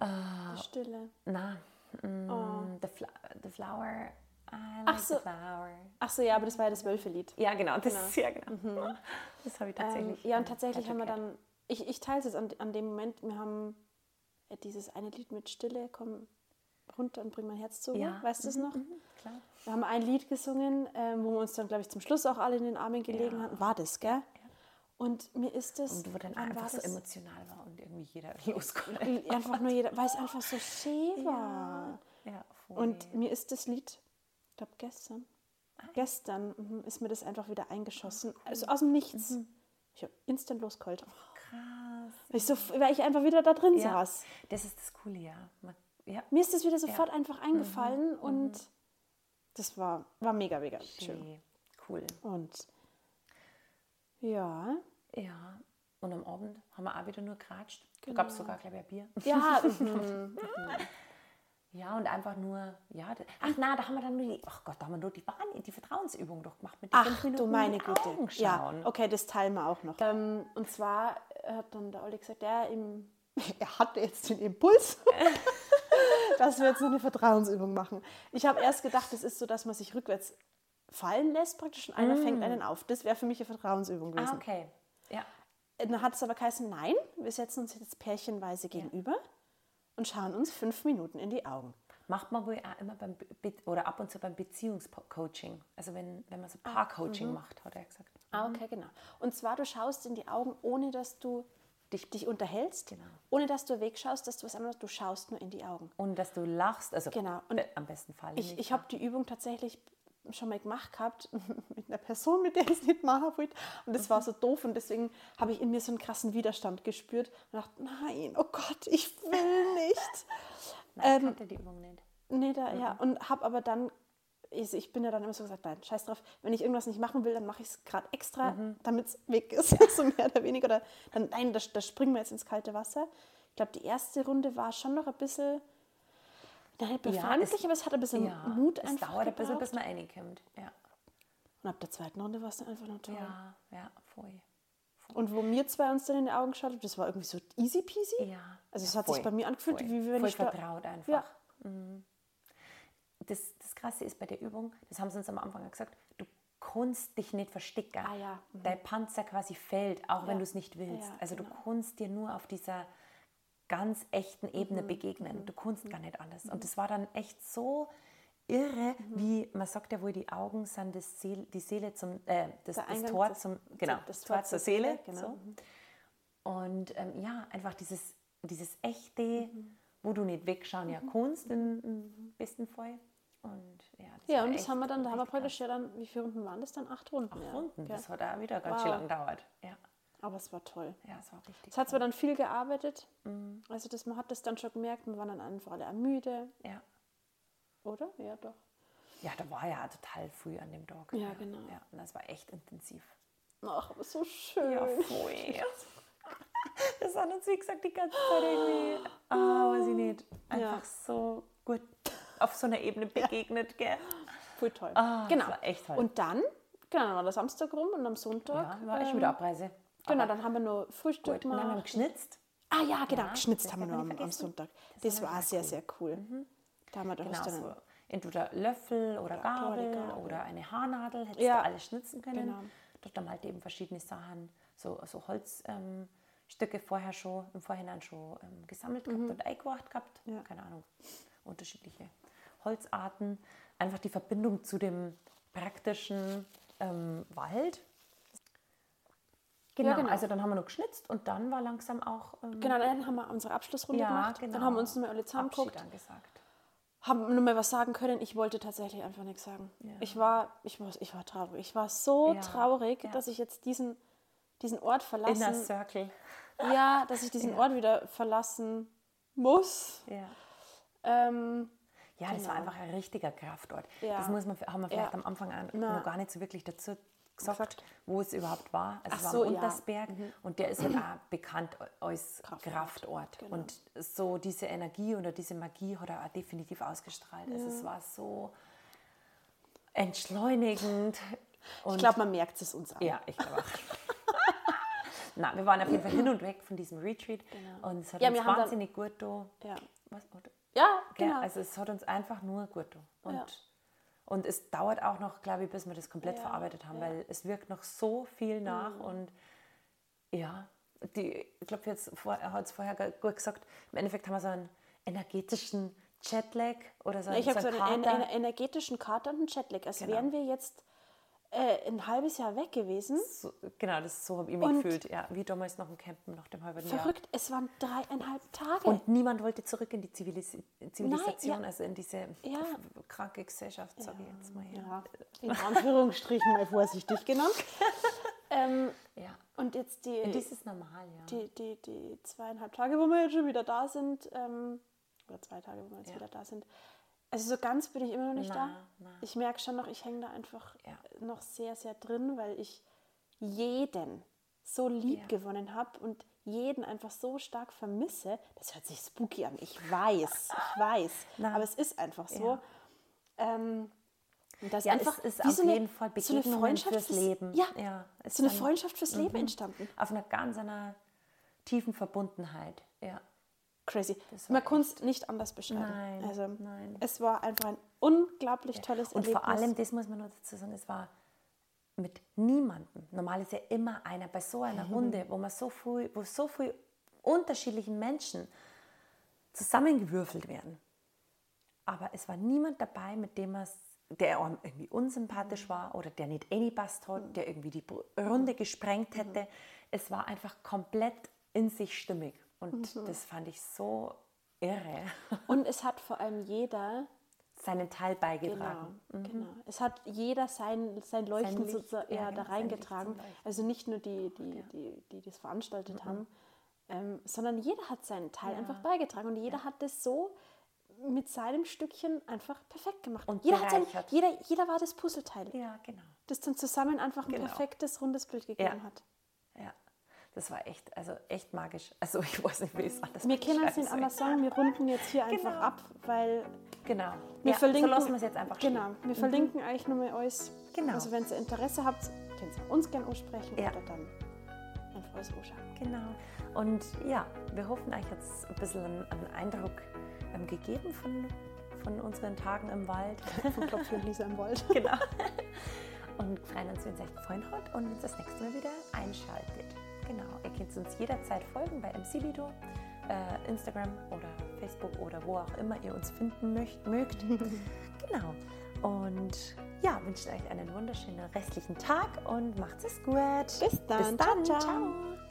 Speaker 2: Die Stille.
Speaker 1: na, mm, the, fla the Flower, I like
Speaker 2: so.
Speaker 1: the Flower.
Speaker 2: Ach so, ja, aber das war ja das Wölfelied.
Speaker 1: Ja, genau, das ist ja genau. Das habe ich
Speaker 2: Ähm,
Speaker 1: tatsächlich.
Speaker 2: ja, und
Speaker 1: äh,
Speaker 2: tatsächlich haben wir
Speaker 1: gehört.
Speaker 2: dann, ich, ich teile es jetzt an, an dem Moment, wir haben äh, dieses eine Lied mit Stille, komm runter und bring mein Herz zu.
Speaker 1: Ja. Mhm.
Speaker 2: Weißt du es noch?
Speaker 1: Klar.
Speaker 2: Wir haben ein Lied gesungen, ähm, wo wir uns dann, glaube ich, zum Schluss auch alle in den Armen gelegen haben. War das, gell? Und mir ist das.
Speaker 1: Und wo dann
Speaker 2: wann war
Speaker 1: einfach so
Speaker 2: das?
Speaker 1: emotional war und irgendwie jeder (laughs) loskommt.
Speaker 2: Einfach nur jeder, weil es einfach so schön war.
Speaker 1: Ja, Ah, voll.
Speaker 2: Und mir ist das Lied, ich glaube, gestern, gestern mhm, ist mir das einfach wieder eingeschossen.
Speaker 1: Ah,
Speaker 2: Also aus dem Nichts. Ich habe instant losgeheult.
Speaker 1: Mhm. krass.
Speaker 2: Weil ich, so, weil ich einfach wieder da drin
Speaker 1: Ja,
Speaker 2: saß.
Speaker 1: das ist das Coole, ja. Man, ja. Mhm.
Speaker 2: Mir ist das wieder sofort einfach eingefallen und das war, war mega, mega schön.
Speaker 1: Schön. Cool.
Speaker 2: Und ja,
Speaker 1: Ja. Und am Abend haben wir auch wieder nur geratscht. Da gab es sogar, glaube ich, ein Bier.
Speaker 3: (laughs)
Speaker 2: Ja,
Speaker 1: Ja, und einfach nur, ja. d- Ach na, da haben wir dann nur die, ach Gott, da haben wir nur die Bahn, die Vertrauensübung doch gemacht mit den fünf
Speaker 2: ach
Speaker 1: Minuten
Speaker 2: du
Speaker 1: in
Speaker 2: meine
Speaker 1: die
Speaker 2: Güte.
Speaker 1: Augen
Speaker 2: Ja,
Speaker 1: schauen.
Speaker 2: okay, das teilen wir auch noch. Ähm, und zwar hat dann der Olli gesagt, ja, im,
Speaker 3: (laughs) Er hatte jetzt den
Speaker 2: (laughs)
Speaker 3: Impuls, dass wir jetzt noch eine Vertrauensübung machen.
Speaker 2: ich habe erst gedacht, es ist so, dass man sich rückwärts fallen lässt praktisch und
Speaker 3: Mm.
Speaker 2: einer fängt einen auf. Das wäre für mich eine Vertrauensübung gewesen.
Speaker 1: Ah, okay. Ja.
Speaker 2: Dann hat es aber geheißen, nein, wir setzen uns jetzt pärchenweise gegenüber und schauen uns fünf Minuten in die Augen.
Speaker 1: Macht man wohl auch immer beim Be oder ab und zu beim Beziehungscoaching. Also wenn, wenn man so
Speaker 2: mhm.
Speaker 1: Paar-Coaching macht, hat er gesagt.
Speaker 2: Ah, okay, genau. Und zwar, du schaust in die Augen, ohne dass du dich, dich unterhältst,
Speaker 1: Genau.
Speaker 2: ohne dass du wegschaust, dass du was anderes, du schaust nur in die Augen.
Speaker 1: Und dass du lachst, also
Speaker 2: Genau, und
Speaker 1: äh, am besten Fall.
Speaker 2: Ich,
Speaker 1: nicht.
Speaker 2: ich habe die Übung tatsächlich schon mal gemacht gehabt (laughs) mit einer Person, mit der ich es nicht machen wollte. Und das war so doof und deswegen habe ich in mir so einen krassen Widerstand gespürt und dachte, nein, oh Gott, ich will nicht. ähm,
Speaker 1: Nein, ich kannte die Übung nicht.
Speaker 2: Nee, da, ja.
Speaker 1: Mhm.
Speaker 2: Und habe aber dann, ich, ich bin ja dann immer so gesagt, nein, scheiß drauf, wenn ich irgendwas nicht machen will, dann mache ich es gerade extra,
Speaker 1: Mhm.
Speaker 2: damit es
Speaker 1: (laughs)
Speaker 2: weg ist, so mehr oder weniger. Oder dann, nein, da, da springen wir jetzt ins kalte Wasser. Ich glaube, die erste Runde war schon noch ein bisschen, nein, befremdlich, aber es hat ein bisschen
Speaker 1: Ja,
Speaker 2: Mut
Speaker 1: es
Speaker 2: einfach
Speaker 1: dauert ein bisschen,
Speaker 2: gebraucht.
Speaker 1: bis man reinkommt. Ja,
Speaker 2: Und ab der zweiten Runde war es dann einfach nur toll.
Speaker 1: ja, ja, voll.
Speaker 2: Und wo mir zwei uns dann in die Augen geschaut haben, das war irgendwie so easy peasy.
Speaker 1: Ja.
Speaker 2: Also es
Speaker 1: ja,
Speaker 2: hat sich
Speaker 1: voll,
Speaker 2: bei mir angefühlt,
Speaker 1: voll,
Speaker 2: wie wenn
Speaker 1: voll
Speaker 2: ich da-
Speaker 1: vertraut einfach. Mhm.
Speaker 2: Ja.
Speaker 1: Das, das Krasse ist bei der Übung, das haben sie uns am Anfang auch gesagt, du kannst dich nicht verstecken.
Speaker 2: Ah ja, mhm.
Speaker 1: Dein Panzer quasi fällt, auch wenn du es nicht willst.
Speaker 2: Ja,
Speaker 1: also du
Speaker 2: genau.
Speaker 1: kannst dir nur auf dieser ganz echten Ebene
Speaker 2: Mhm.
Speaker 1: begegnen. Du kannst gar nicht anders. Und das war dann echt so irre,
Speaker 2: Mhm.
Speaker 1: wie man sagt ja wohl, die Augen sind das Seel, die Seele zum, äh, das,
Speaker 2: Der
Speaker 1: das
Speaker 2: Eingang
Speaker 1: Tor
Speaker 2: zur-
Speaker 1: zum, genau,
Speaker 2: das Tor zur Seele, genau.
Speaker 1: So. Und ähm, ja, einfach dieses, dieses echte,
Speaker 2: Mhm.
Speaker 1: wo du nicht wegschauen ja kannst im, im besten Fall. Und ja, das,
Speaker 2: Ja,
Speaker 1: war
Speaker 2: und das
Speaker 1: echt-
Speaker 2: haben wir dann, da haben wir
Speaker 1: echt krass.
Speaker 2: praktisch ja dann, wie viele Runden waren das dann? Acht Runden. ja.
Speaker 1: Runden.
Speaker 2: Gell?
Speaker 1: Das hat auch wieder ganz schön
Speaker 2: Wow.
Speaker 1: lang gedauert. Ja,
Speaker 2: Aber es war toll.
Speaker 1: ja, es war richtig.
Speaker 2: Es hat zwar dann viel gearbeitet,
Speaker 1: Mhm.
Speaker 2: also das, man hat das dann schon gemerkt, wir waren dann einfach alle müde,
Speaker 1: ja.
Speaker 2: oder? Ja, doch.
Speaker 1: ja, da war ja total früh an dem Tag.
Speaker 2: Ja, genau.
Speaker 1: Ja, und das war echt intensiv.
Speaker 2: (laughs) Ach, aber so schön.
Speaker 1: Ja, voll. Das hat uns, wie gesagt, die ganze Zeit irgendwie, ah, weiß ich nicht, einfach so gut auf so einer Ebene begegnet, gell?
Speaker 2: Voll toll.
Speaker 1: Ah,
Speaker 2: genau.
Speaker 1: das war echt toll.
Speaker 2: Und dann, genau, dann war der Samstag rum und am
Speaker 1: Ja,
Speaker 2: Sonntag.
Speaker 1: war echt
Speaker 2: ähm,
Speaker 1: wieder Abreise.
Speaker 2: Genau, dann haben wir nur Frühstück
Speaker 1: Gut, und dann haben wir
Speaker 2: gemacht.
Speaker 1: geschnitzt.
Speaker 2: Ah ja, genau,
Speaker 1: Ja,
Speaker 2: geschnitzt
Speaker 1: das
Speaker 2: haben wir
Speaker 1: darf
Speaker 2: nur
Speaker 1: man
Speaker 2: am,
Speaker 1: nicht
Speaker 2: am
Speaker 1: vergessen.
Speaker 2: Sonntag.
Speaker 1: Das
Speaker 2: Das,
Speaker 1: war
Speaker 2: war
Speaker 1: nämlich
Speaker 2: sehr, sehr cool. Da haben wir doch
Speaker 1: Genau,
Speaker 2: dann
Speaker 1: so entweder Löffel oder Gabel, oder eine Haarnadel, hättest
Speaker 2: Ja,
Speaker 1: du alles schnitzen können.
Speaker 2: genau.
Speaker 1: Doch dann halt eben verschiedene Sachen, so, so Holzstücke ähm, Stücke vorher schon, im Vorhinein schon ähm, gesammelt gehabt und eingewacht gehabt.
Speaker 2: Mhm. Ja.
Speaker 1: Keine Ahnung, unterschiedliche Holzarten. Einfach die Verbindung zu dem praktischen ähm, Wald. Genau,
Speaker 2: genau.
Speaker 1: also dann haben wir noch geschnitzt und dann war langsam auch ähm,
Speaker 2: Genau, dann haben wir unsere Abschlussrunde
Speaker 1: ja, genau.
Speaker 2: gemacht. Dann haben wir uns nochmal alle zusammengeguckt.
Speaker 1: Abschied angesagt.
Speaker 2: haben nur mal was sagen können. Ich wollte tatsächlich einfach nichts sagen. Ich, war, ich, war, ich war traurig. Ich war so
Speaker 1: Ja,
Speaker 2: traurig,
Speaker 1: ja.
Speaker 2: dass ich jetzt diesen, diesen Ort
Speaker 1: Inner
Speaker 2: verlassen
Speaker 1: Circle.
Speaker 2: (laughs) Ja, dass ich diesen Ort wieder verlassen muss.
Speaker 1: Ja.
Speaker 2: Ähm,
Speaker 1: Ja, das war einfach ein richtiger Kraftort.
Speaker 2: Ja.
Speaker 1: Das muss man, haben wir vielleicht
Speaker 2: Ja.
Speaker 1: am Anfang an,
Speaker 2: Na.
Speaker 1: noch gar nicht so wirklich dazu gesagt,
Speaker 2: Gesagt.
Speaker 1: wo es überhaupt war. Also
Speaker 2: Ach
Speaker 1: es war
Speaker 2: so,
Speaker 1: am
Speaker 2: ja. Mhm.
Speaker 1: Untersberg und der ist halt auch bekannt als Kraftort.
Speaker 2: Kraftort. Genau.
Speaker 1: Und so diese Energie oder diese Magie hat er auch definitiv ausgestrahlt. Also es war so entschleunigend.
Speaker 2: ich
Speaker 1: und-
Speaker 2: glaube, man merkt es uns an.
Speaker 1: ja, ich glaube auch. (laughs) Nein, wir waren auf jeden Fall hin und weg von diesem Retreat und es hat
Speaker 2: Genau. Ja,
Speaker 1: uns
Speaker 2: wir haben dann-
Speaker 1: wahnsinnig gut getan.
Speaker 2: Ja.
Speaker 1: Was, oder?
Speaker 2: Ja,
Speaker 1: Gell?
Speaker 2: genau.
Speaker 1: Also es hat uns einfach nur gut getan. Und,
Speaker 2: Ja.
Speaker 1: und es dauert auch noch, glaube ich, bis wir das komplett
Speaker 2: Ja,
Speaker 1: verarbeitet haben,
Speaker 2: ja. Mhm.
Speaker 1: weil es wirkt noch so viel nach und ja, die, ich glaube, jetzt vor, er hat es vorher ge- gut gesagt, im Endeffekt haben wir so einen energetischen Jetlag oder so, einen-
Speaker 2: ich habe so
Speaker 1: einen
Speaker 2: einen, en-
Speaker 1: Kater.
Speaker 2: en- energetischen Kater und einen Jetlag. Als
Speaker 1: Genau.
Speaker 2: wären wir jetzt äh, ein halbes Jahr weg gewesen.
Speaker 1: so, genau, das so habe ich mich
Speaker 2: Und-
Speaker 1: gefühlt, ja, wie damals nach dem Campen, nach dem halben Jahr.
Speaker 2: Verrückt, es waren dreieinhalb Tage.
Speaker 1: Und niemand wollte zurück in die Zivilis Zivilisation,
Speaker 2: ja.
Speaker 1: also in diese
Speaker 2: Ja.
Speaker 1: f- kranke Gesellschaft, sage ich jetzt mal. Ja.
Speaker 2: ja, in Anführungsstrichen mal vorsichtig genannt. ähm,
Speaker 1: ja.
Speaker 2: und jetzt die,
Speaker 1: Dies ist normal, ja.
Speaker 2: die, die, die zweieinhalb Tage, wo wir jetzt schon wieder da sind, ähm, oder zwei Tage, wo wir jetzt wieder da sind, also so ganz bin ich immer noch nicht da.
Speaker 1: Na, na.
Speaker 2: Ich merke schon noch, ich hänge da einfach
Speaker 1: Ja.
Speaker 2: noch sehr, sehr drin, weil ich jeden so lieb
Speaker 1: Ja.
Speaker 2: gewonnen habe und jeden einfach so stark vermisse. Das hört sich spooky an, ich weiß, ich weiß,
Speaker 1: Na.
Speaker 2: aber es ist einfach so.
Speaker 1: Ja.
Speaker 2: Ähm, und das
Speaker 1: Ja, es ist auf jeden Fall Begegnungen fürs Leben.
Speaker 2: Ja,
Speaker 1: Ja, mhm. es
Speaker 2: so eine
Speaker 1: sind-
Speaker 2: Freundschaft fürs Leben entstanden.
Speaker 1: Auf einer ganz einer tiefen Verbundenheit. Ja.
Speaker 2: Crazy.
Speaker 1: Das war
Speaker 2: Man kann es nicht anders beschreiben.
Speaker 1: Nein,
Speaker 2: also,
Speaker 1: nein.
Speaker 2: Es war einfach ein unglaublich tolles
Speaker 1: Und
Speaker 2: Erlebnis.
Speaker 1: vor allem, das muss man noch dazu sagen, es war mit niemandem. Normal ist ja immer einer bei so einer Runde, wo man so viel, wo so viel unterschiedlichen Menschen zusammengewürfelt werden. Aber es war niemand dabei, mit dem es, der einem irgendwie
Speaker 2: Mhm.
Speaker 1: unsympathisch war oder der nicht angepasst hat, der irgendwie die Br- Runde
Speaker 2: Mhm.
Speaker 1: gesprengt hätte. Es war einfach komplett in sich stimmig. Und
Speaker 2: Mhm.
Speaker 1: das fand ich so irre. (laughs)
Speaker 2: Und es hat vor allem jeder
Speaker 1: Seinen Teil
Speaker 2: Genau,
Speaker 1: beigetragen.
Speaker 2: genau. Es hat jeder sein, sein Leuchten
Speaker 1: Mhm. Licht,
Speaker 2: sozusagen
Speaker 1: ja,
Speaker 2: ja,
Speaker 1: genau,
Speaker 2: da
Speaker 1: sein Licht
Speaker 2: reingetragen.
Speaker 1: zum Mhm. Leuchten.
Speaker 2: Also nicht nur die, die, die, die das veranstaltet haben, ähm, sondern jeder hat seinen Teil einfach beigetragen und jeder hat das so mit seinem Stückchen einfach perfekt gemacht.
Speaker 1: Und
Speaker 2: jeder, hat sein,
Speaker 1: bereichert.
Speaker 2: jeder, jeder war das Puzzleteil,
Speaker 1: Ja, genau.
Speaker 2: das dann zusammen einfach ein
Speaker 1: Genau.
Speaker 2: perfektes, rundes Bild gegeben hat.
Speaker 1: Ja, das war echt, also echt magisch. Also ich weiß nicht, wie es anders
Speaker 2: Wir können es nicht
Speaker 1: beschreiben
Speaker 2: anders sagen, wir runden jetzt hier einfach
Speaker 1: Genau.
Speaker 2: ab, weil
Speaker 1: soll. Genau.
Speaker 2: wir
Speaker 1: ja,
Speaker 2: verlinken.
Speaker 1: So lassen wir es jetzt einfach
Speaker 2: Genau, wir verlinken euch nochmal alles.
Speaker 1: Genau.
Speaker 2: Also, wenn ihr Interesse habt, könnt ihr uns gerne ansprechen
Speaker 1: Ja.
Speaker 2: oder dann einfach alles anschauen. (laughs)
Speaker 1: stehen. Genau. Und ja, wir hoffen, euch jetzt ein bisschen einen, einen Eindruck ähm, gegeben von, von unseren Tagen im Wald.
Speaker 2: Vom Klopf für Lisa im Wald.
Speaker 1: genau. Und freuen uns, wenn es euch gefallen hat und uns das nächste Mal wieder einschaltet. Genau. Ihr könnt uns jederzeit folgen bei MCLido, äh, Instagram oder Facebook oder wo auch immer ihr uns finden möcht,
Speaker 2: (laughs)
Speaker 1: mögt. genau. Und ja, wünschen euch einen wunderschönen restlichen Tag und macht's es gut.
Speaker 2: Bis
Speaker 1: Bis
Speaker 2: dann.
Speaker 1: dann.
Speaker 2: Ciao, ciao.
Speaker 1: ciao.